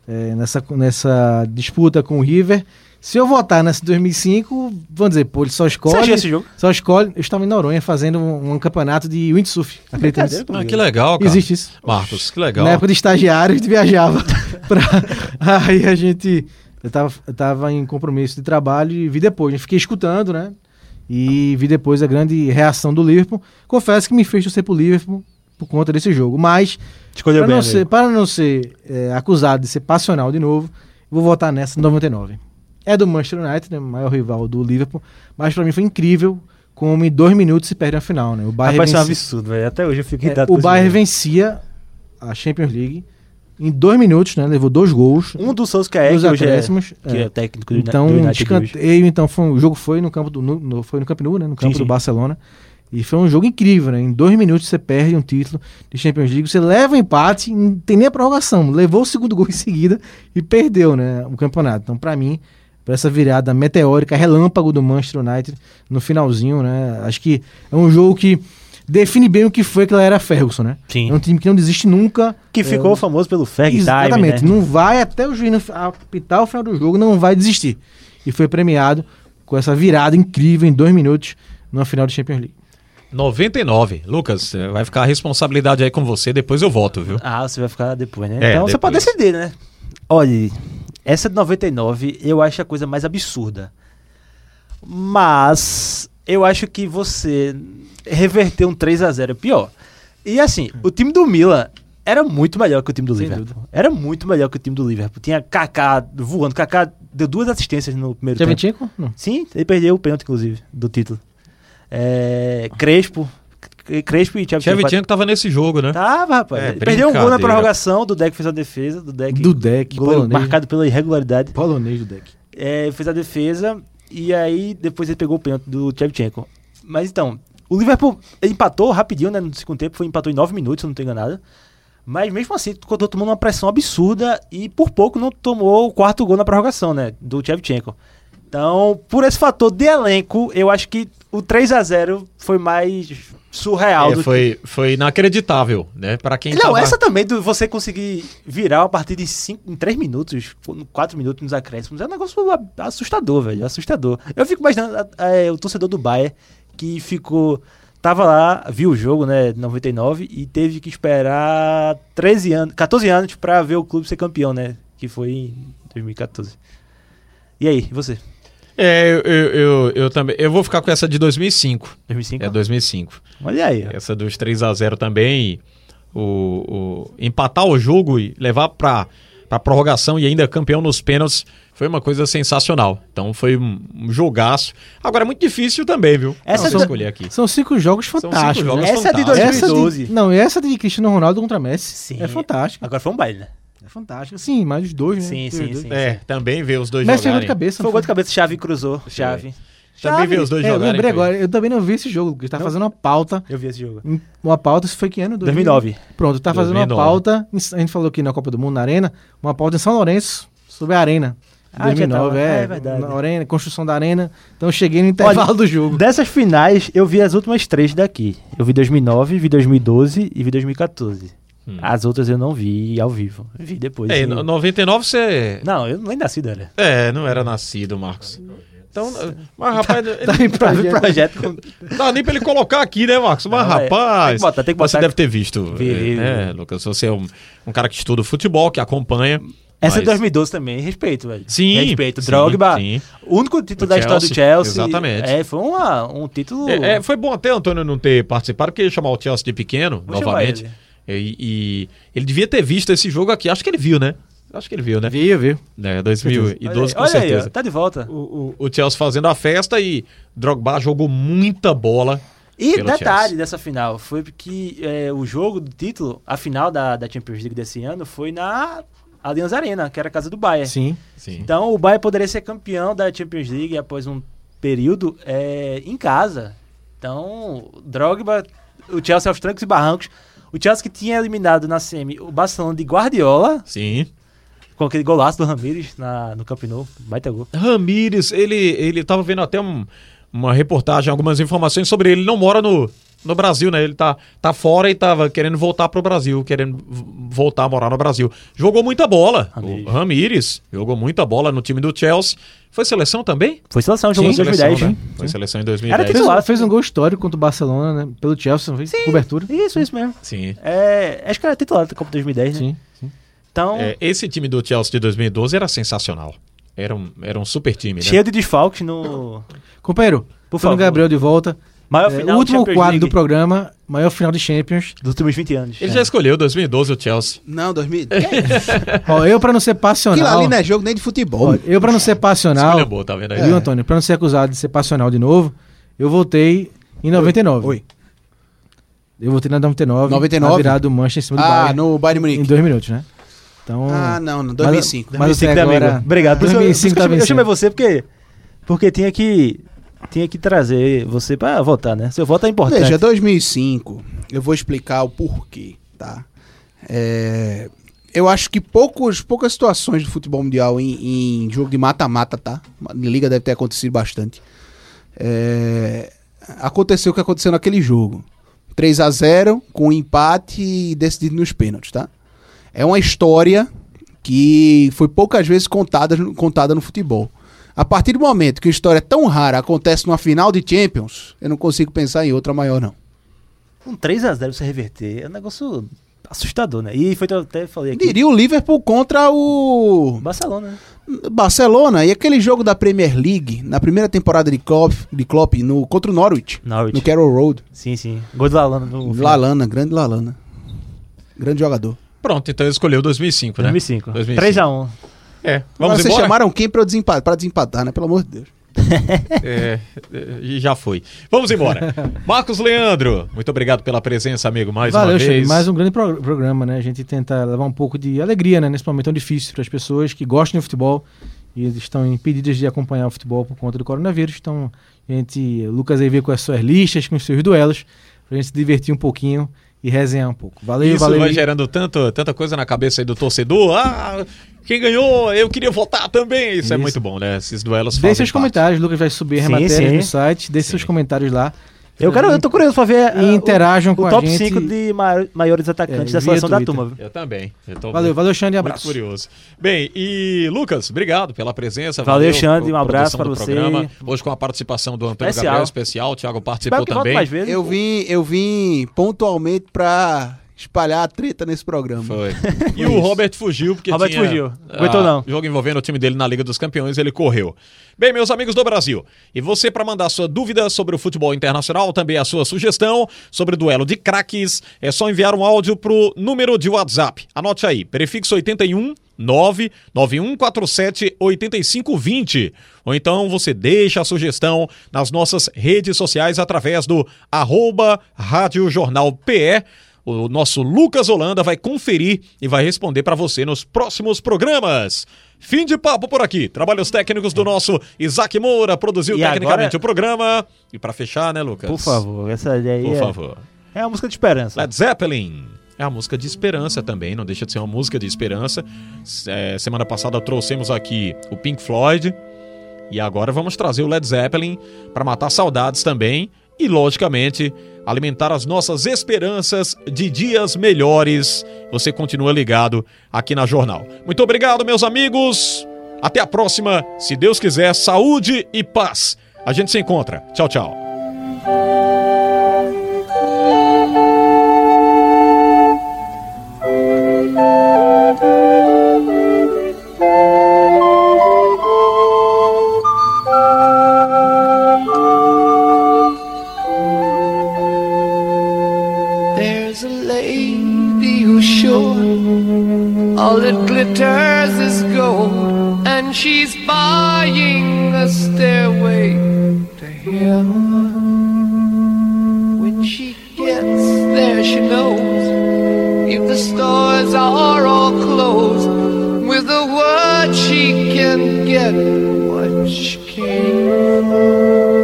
S5: eh, nessa, nessa disputa com o River. Se eu votar nesse 2005, vão dizer, pô, ele só
S7: Você
S5: escolhe.
S7: assistiu esse jogo?
S5: Só escolhe. Eu estava em Noronha fazendo um, um campeonato de windsurf. Acredita nisso?
S4: Ah, que legal, cara.
S5: Existe isso.
S4: Marcos, que legal.
S5: Na época de estagiário, a gente viajava. pra- Aí a gente. Eu tava, eu tava em compromisso de trabalho e vi depois. Eu fiquei escutando, né? E vi depois a grande reação do Liverpool. Confesso que me fez torcer pro Liverpool por conta desse jogo. Mas,
S7: Escolheu
S5: para
S7: bem.
S5: não,
S7: amigo.
S5: ser, para não ser é, acusado de ser passional de novo, vou votar nessa 99. É do Manchester United, né, o maior rival do Liverpool. Mas para mim foi incrível como em dois minutos se perde a final, né? O Bayern
S7: Rapaz, isso é um
S5: venci-
S7: absurdo, velho. Até hoje eu fico
S5: é,
S7: irritado.
S5: o
S7: com esse
S5: Bayern
S7: jogo.
S5: vencia a Champions League em dois minutos, né? Levou dois gols.
S7: Um dos seus que é,
S5: Dos
S7: que hoje é,
S5: acréscimos,
S7: que
S5: é.
S7: é técnico do,
S5: Então,
S7: do
S5: um
S7: United hoje.
S5: escanteio, então foi um- o jogo foi no campo do no, no- foi no Camp Nou, né, no campo
S7: Sim,
S5: do
S7: sim.
S5: Barcelona. E foi um jogo incrível, né? Em dois minutos você perde um título de Champions League, você leva o empate, não tem nem a prorrogação, levou o segundo gol em seguida e perdeu, né, o campeonato. Então, pra mim, pra essa virada meteórica, relâmpago do Manchester United no finalzinho, né? Acho que é um jogo que define bem o que foi aquela era Ferguson, né?
S7: Sim.
S5: É um time que não desiste nunca.
S7: Que
S5: É,
S7: ficou famoso pelo Ferg Time,
S5: Exatamente.
S7: né?
S5: Não vai até o juiz no- apitar o final do jogo, não vai desistir. E foi premiado com essa virada incrível em dois minutos numa final de Champions League.
S4: 99. Lucas, eh, vai ficar a responsabilidade aí com você, depois eu voto, viu?
S7: Ah, você vai ficar depois, né?
S4: É,
S7: então você pode
S4: depois.
S7: decidir, né? Olha, essa de 99 eu acho a coisa mais absurda. Mas eu acho que você reverter um 3 a 0 é pior. E assim,
S4: Hum.
S7: o time do Milan era muito melhor que o time do Liverpool. Era muito melhor que o time do Liverpool. Tinha Kaká voando. Kaká deu duas assistências no primeiro tempo.
S5: Tchevchenko? Não.
S7: Sim, ele perdeu o pênalti, inclusive, do título. É, Crespo. C- Crespo e Tchevchenko
S4: Shevchenko tava nesse jogo, né?
S7: Tava, rapaz.
S4: É,
S7: Ele perdeu um gol na
S4: brincadeira.
S7: prorrogação, do Deck fez a defesa, do Deck.
S5: Do Deck,
S7: goleiro
S5: polonês.
S7: marcado pela irregularidade.
S5: Polonês do deck.
S7: É, fez a defesa e aí depois ele pegou o pênalti do Tchevchenko. Mas então, o Liverpool empatou rapidinho, né? No segundo tempo, foi empatou em 9 minutos, se eu não tô enganado. Mas mesmo assim, ficou tomando uma pressão absurda e por pouco não tomou o quarto gol na prorrogação, né? Do Tchevchenko. Então, por esse fator de elenco, eu acho que o 3 a 0 foi mais surreal
S4: É,
S7: do que
S4: foi, foi inacreditável, né? Pra quem
S5: Então
S7: não,
S4: tava-
S7: essa também do você conseguir virar uma partida em, cinco, em três minutos, em quatro minutos nos acréscimos, é um negócio a- assustador, velho. Assustador. Eu fico imaginando a- é, o torcedor do Bayern que ficou. Tava lá, viu o jogo, né, 99, e teve que esperar 13 anos, 14 anos pra ver o clube ser campeão, né? Que foi em 2014. E aí, e você?
S4: É, eu, eu, eu, eu também. Eu vou ficar com essa de 2005.
S7: 2005?
S4: É 2005.
S7: Olha aí. ó.
S4: Essa dos 3 a 0 também. O, o- empatar o jogo e levar pra, pra prorrogação e ainda campeão nos pênaltis foi uma coisa sensacional. Então foi um, um jogaço. Agora é muito difícil também, viu?
S7: Essa
S4: Não, se
S7: do-
S4: escolher aqui.
S5: São cinco jogos
S4: cinco
S5: fantásticos.
S4: jogos
S5: né?
S7: Essa é de
S4: fantásticos.
S5: Essa
S7: 2012.
S5: de, não, essa de Cristiano Ronaldo contra Messi é fantástica.
S7: Agora foi um baile, né?
S5: É fantástica. Sim, mas os dois, né?
S7: Sim,
S5: Os
S7: sim,
S5: dois.
S7: sim.
S4: É, também ver os dois
S5: Messi jogou de
S4: jogarem.
S5: cabeça.
S7: Foi
S5: não
S7: o gol de cabeça, chave cruzou, chave.
S4: Também ver os dois
S5: É, eu
S4: jogarem.
S5: lembrei
S4: foi.
S5: agora, eu também não vi esse jogo, porque tá fazendo uma pauta.
S7: Eu vi esse jogo.
S5: Uma pauta, isso foi que ano?
S7: 2009.
S5: Pronto, tá fazendo
S4: 2009.
S5: uma pauta. em- A gente falou aqui na Copa do Mundo, na Arena, uma pauta em São Lourenço, sobre a Arena.
S7: Ah,
S5: 2009,
S7: já tava.
S5: é,
S7: É verdade.
S5: na arena, construção da Arena. Então eu cheguei no intervalo do jogo.
S7: Dessas finais, eu vi as últimas três daqui. Eu vi 2009, vi 2012 e vi 2014. As outras eu não vi ao vivo. Vi depois.
S4: Hum. É,
S7: E-
S4: no- 99 você.
S7: Não, eu nem nasci, era.
S4: É, não era nascido, Marcos. Então, mas rapaz,
S5: Tá
S4: ele,
S5: em projeto.
S7: Projeto com...
S4: não dá nem pra ele colocar aqui, né, Marcos? Mas
S7: Não, é.
S4: rapaz,
S7: Tem que botar, tem que
S4: você
S7: botar.
S4: deve ter visto,
S7: Vi, vi,
S4: né,
S7: vi.
S4: Lucas? Você é um, um cara que estuda futebol, que acompanha.
S7: Essa
S4: mas-
S7: é de 2012 também, respeito, velho.
S4: Sim,
S7: Respeito.
S4: sim,
S7: Drogba.
S4: sim.
S7: O único título
S4: O
S7: da história do
S4: Chelsea,
S7: Chelsea.
S4: exatamente.
S7: É, foi uma- um título.
S4: É, é, foi bom até o Antônio não ter participado, porque ele chamar o Chelsea de pequeno,
S7: Vou chamar
S4: novamente.
S7: ele.
S4: E, e ele devia ter visto esse jogo aqui. Acho que ele viu, né? Acho que ele viu, né?
S5: Vi, vi.
S4: É, 2012, com
S7: olha aí,
S4: certeza.
S7: ó, tá de volta.
S4: o, o- o Chelsea fazendo a festa e Drogba jogou muita bola.
S7: E
S4: pelo
S7: detalhe
S4: Chelsea.
S7: dessa final foi que é, o jogo do título, a final da, da Champions League desse ano, foi na Allianz Arena, que era a casa do Bayern.
S5: Sim.
S4: Sim.
S7: Então o Bayern poderia ser campeão da Champions League após um período é, em casa. Então, Drogba, o Chelsea aos trancos e barrancos. O Chelsea que tinha eliminado na semi o Barcelona de Guardiola,
S4: Sim.
S7: com aquele golaço do Ramires na, no Camp Nou. Baita gol.
S4: Ramires, ele ele tava vendo até um- uma reportagem, algumas informações sobre ele. Ele não mora no, no Brasil, né? Ele tá, tá fora e tava querendo voltar pro Brasil, querendo v- voltar a morar no Brasil. Jogou muita bola.
S7: Ramires.
S4: O Ramires jogou muita bola no time do Chelsea. Foi seleção também?
S7: Foi seleção, jogou em
S4: Sim,
S7: 2010.
S4: seleção, né? Foi seleção em 2010.
S7: Era
S5: Fez,
S7: titular.
S5: um- fez um gol histórico contra o Barcelona, né? Pelo Chelsea, não fez cobertura.
S7: Isso, isso mesmo.
S4: Sim.
S7: É, acho que era titular da Copa 2010, né?
S5: Sim.
S7: Então,
S4: É, esse time do Chelsea de 2012 era sensacional. Era um, era um super time, né?
S7: cheio de desfalques no
S5: Companheiro,
S7: Por
S5: Por favor.
S7: favor.
S5: Gabriel de volta.
S7: maior
S5: É,
S7: final
S5: o
S7: da
S5: último
S7: Champions
S5: quadro
S7: League
S5: do programa, maior final de Champions.
S7: dos últimos 20 anos.
S4: Ele já escolheu 2012 o Chelsea.
S10: Não, 2000. Que,
S5: Ó, eu pra não ser
S10: aquilo
S5: passional.
S10: ali
S7: né?
S10: não é jogo nem de futebol.
S5: ó, eu pra não É. ser passional,
S4: Escolha boa, tá
S10: É.
S4: vendo aí?
S5: viu, Antônio? Pra não ser acusado de ser passional de novo, eu voltei em 99.
S10: Oi.
S5: Eu voltei na 99,
S10: 99?
S5: na virada do Manchester em cima do
S10: Ah,
S5: Bayern,
S10: no Bayern
S5: em
S10: Munique.
S5: dois minutos, né? Então,
S10: Ah, não, no 2005.
S5: Mas, mas até
S7: também,
S5: agora...
S7: né? Obrigado. Por isso, eu-
S5: 2005
S7: por isso que eu,
S5: tá
S7: eu chamei
S5: vencendo.
S7: você porque, porque tinha que tinha que trazer você pra votar, né? Seu voto é importante.
S10: Veja, 2005, eu vou explicar o porquê, tá? É, eu acho que poucos, poucas situações do futebol mundial em, em jogo de mata-mata, tá? Em liga deve ter acontecido bastante. É, aconteceu o que aconteceu naquele jogo. 3 a 0 com um empate e decidido nos pênaltis, tá? É uma história que foi poucas vezes contada, no- contada no futebol. A partir do momento que uma história tão rara acontece numa final de Champions, eu não consigo pensar em outra maior, não.
S7: Um 3x0 você reverter é um negócio assustador, né? E foi o que eu até falei aqui.
S10: Diria o Liverpool contra o
S7: Barcelona, né?
S10: Barcelona e aquele jogo da Premier League na primeira temporada de Klopp, de Klopp no, contra o Norwich,
S7: Norwich.
S10: no Carroll Road.
S7: Sim, sim. Gol do Lalana no final.
S10: Lalana, grande Lalana. Grande jogador.
S4: Pronto, então ele escolheu 2005, né?
S7: 2005.
S4: 2005.
S7: 3x1.
S4: É,
S10: Agora
S4: vamos
S10: vocês
S4: embora?
S10: chamaram quem pra, eu desempatar, pra desempatar, né? Pelo amor de Deus.
S4: É, é, e já foi. Vamos embora. Marcos Leandro, muito obrigado pela presença, amigo, mais uma
S5: Valeu, Xande.
S4: vez.
S5: Mais um grande pro- programa, né? A gente tenta levar um pouco de alegria, né? Nesse momento tão difícil para as pessoas que gostam de futebol e estão impedidas de acompanhar o futebol por conta do coronavírus. Então, a gente, Lucas aí veio com as suas listas, com os seus duelos, pra gente se divertir um pouquinho e resenhar um pouco. Valeu,
S4: Isso
S5: valeu.
S4: vai
S5: aí.
S4: gerando tanto, tanta coisa na cabeça aí do torcedor. Ah, quem ganhou? Eu queria votar também. Isso, é
S5: Isso.
S4: muito bom, né? Esses duelos
S5: Deixe
S4: fazem
S5: seus
S4: parte.
S5: comentários, Lucas vai subir
S7: Sim,
S5: a matéria
S7: sim.
S5: no site, deixe seus comentários lá.
S7: Eu, quero, eu tô curioso pra ver
S5: E
S7: ah,
S5: interajam
S7: o,
S5: com
S7: o
S5: a
S7: top
S5: gente.
S7: 5 de maior- maiores atacantes
S5: É, via
S7: da seleção da
S5: Twitter.
S7: turma.
S4: Eu também. Eu tô
S5: Valeu,
S4: muito,
S5: valeu, Xande,
S4: muito
S5: abraço.
S4: curioso. Bem, e Lucas, obrigado pela presença.
S7: Valeu, Xande,
S4: por
S7: um abraço
S4: produção
S7: pra
S4: do
S7: você.
S4: programa. Hoje com a participação do Antônio
S7: Especial.
S4: Gabriel especial, o Thiago participou
S7: Espero que volte
S4: também.
S7: mais vezes.
S10: Eu vim, eu vim pontualmente pra espalhar a treta nesse programa.
S4: Foi. E o Robert fugiu, porque
S7: Robert
S4: tinha,
S7: fugiu.
S4: ah,
S7: Aguentou não.
S4: Jogo envolvendo o time dele na Liga dos Campeões, ele correu. Bem, meus amigos do Brasil, e você para mandar sua dúvida sobre o futebol internacional, também a sua sugestão sobre o duelo de craques, é só enviar um áudio pro número de WhatsApp. Anote aí, prefixo 81 99147 8520. Ou então você deixa a sugestão nas nossas redes sociais através do arroba Rádio Jornal PE. O nosso Lucas Holanda vai conferir e vai responder para você nos próximos programas. Fim de papo por aqui. Trabalhos técnicos do nosso Isaac Moura produziu
S7: E
S4: tecnicamente
S7: agora-
S4: o programa. E para fechar, né, Lucas?
S7: Por favor, essa ideia
S4: Por
S7: é,
S4: favor.
S7: é uma música de esperança.
S4: Led Zeppelin. É a música de esperança também, não deixa de ser uma música de esperança. S- é, semana passada trouxemos aqui o Pink Floyd e agora vamos trazer o Led Zeppelin para matar saudades também e, logicamente, alimentar as nossas esperanças de dias melhores. Você continua ligado aqui na Jornal. Muito obrigado, meus amigos. Até a próxima, se Deus quiser, saúde e paz. A gente se encontra. Tchau, tchau.
S6: There's a lady who's sure all it glitters is gold, and she's buying a stairway to heaven. she gets there, she knows if the stores are all closed. With a word, she can get what she came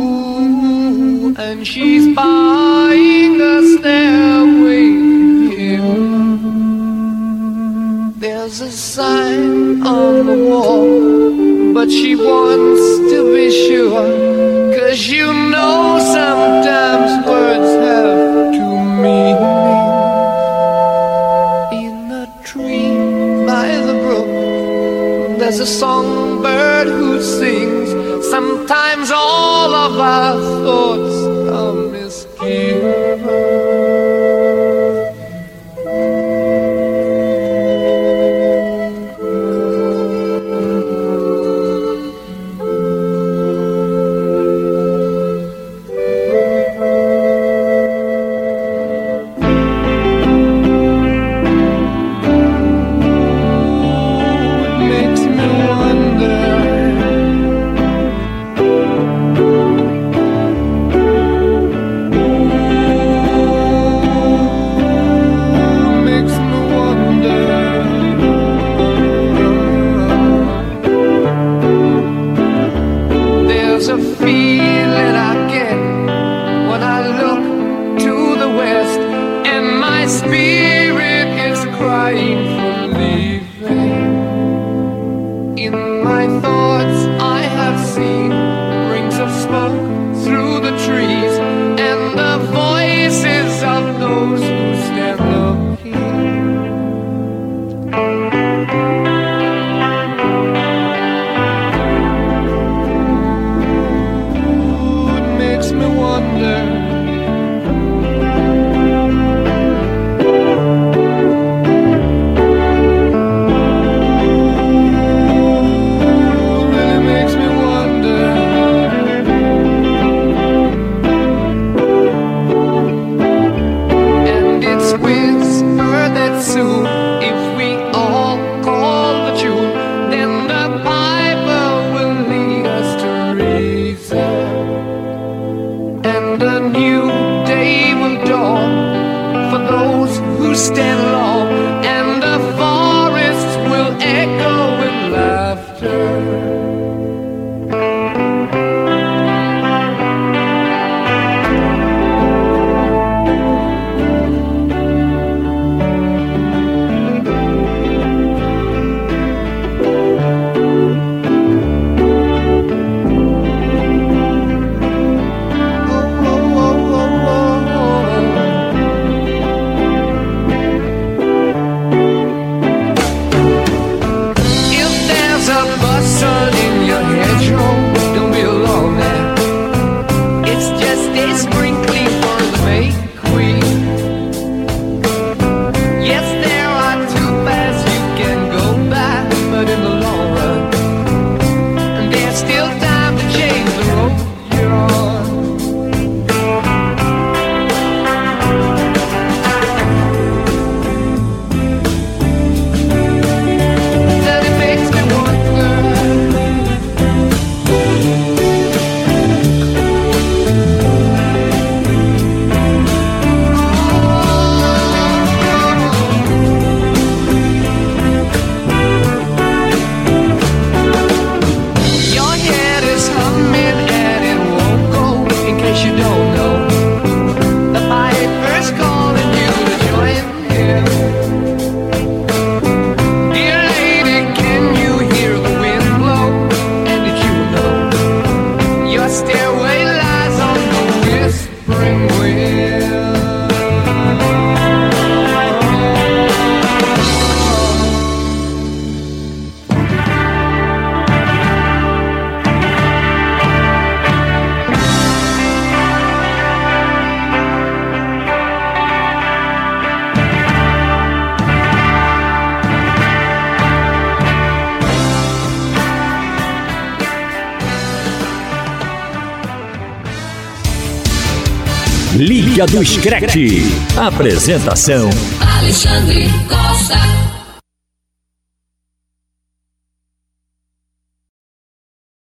S6: Ooh, and she's buying a stairway here. There's a sign on the wall, but she wants to be sure. Cause you know sometimes words have two meanings. In a tree by the brook, there's a songbird who sings. Sometimes all of our thoughts are misgiven. It makes me wonder Ooh, makes me wonder There's a feeling I get when I look to the west and my spirit is crying for leaving in my thoughts, I have seen rings of smoke through the trees and the voices of those who stand looking. Ooh, it makes me wonder. really makes me wonder. And it's whispered that soon, if we all call the tune, then the Bible will lead us to reason. And a new day will dawn for those who stand long, and the forests will echo with laughter. If there's a bustle in your hedgerow, don't be alone there. It's just a sprinkling for the May Queen. Yes, there are two paths you can go by, but in the long run, there's still time to change the road you're on. That it makes me wonder. Your head is humming and it won't go. In case you don't know, the Piper's calling you to join him. Dear lady, can you hear the wind blow? And did you know your stairway lies on the whispering wind?
S2: Liga do Screte. Apresentação:
S1: Alexandre Costa.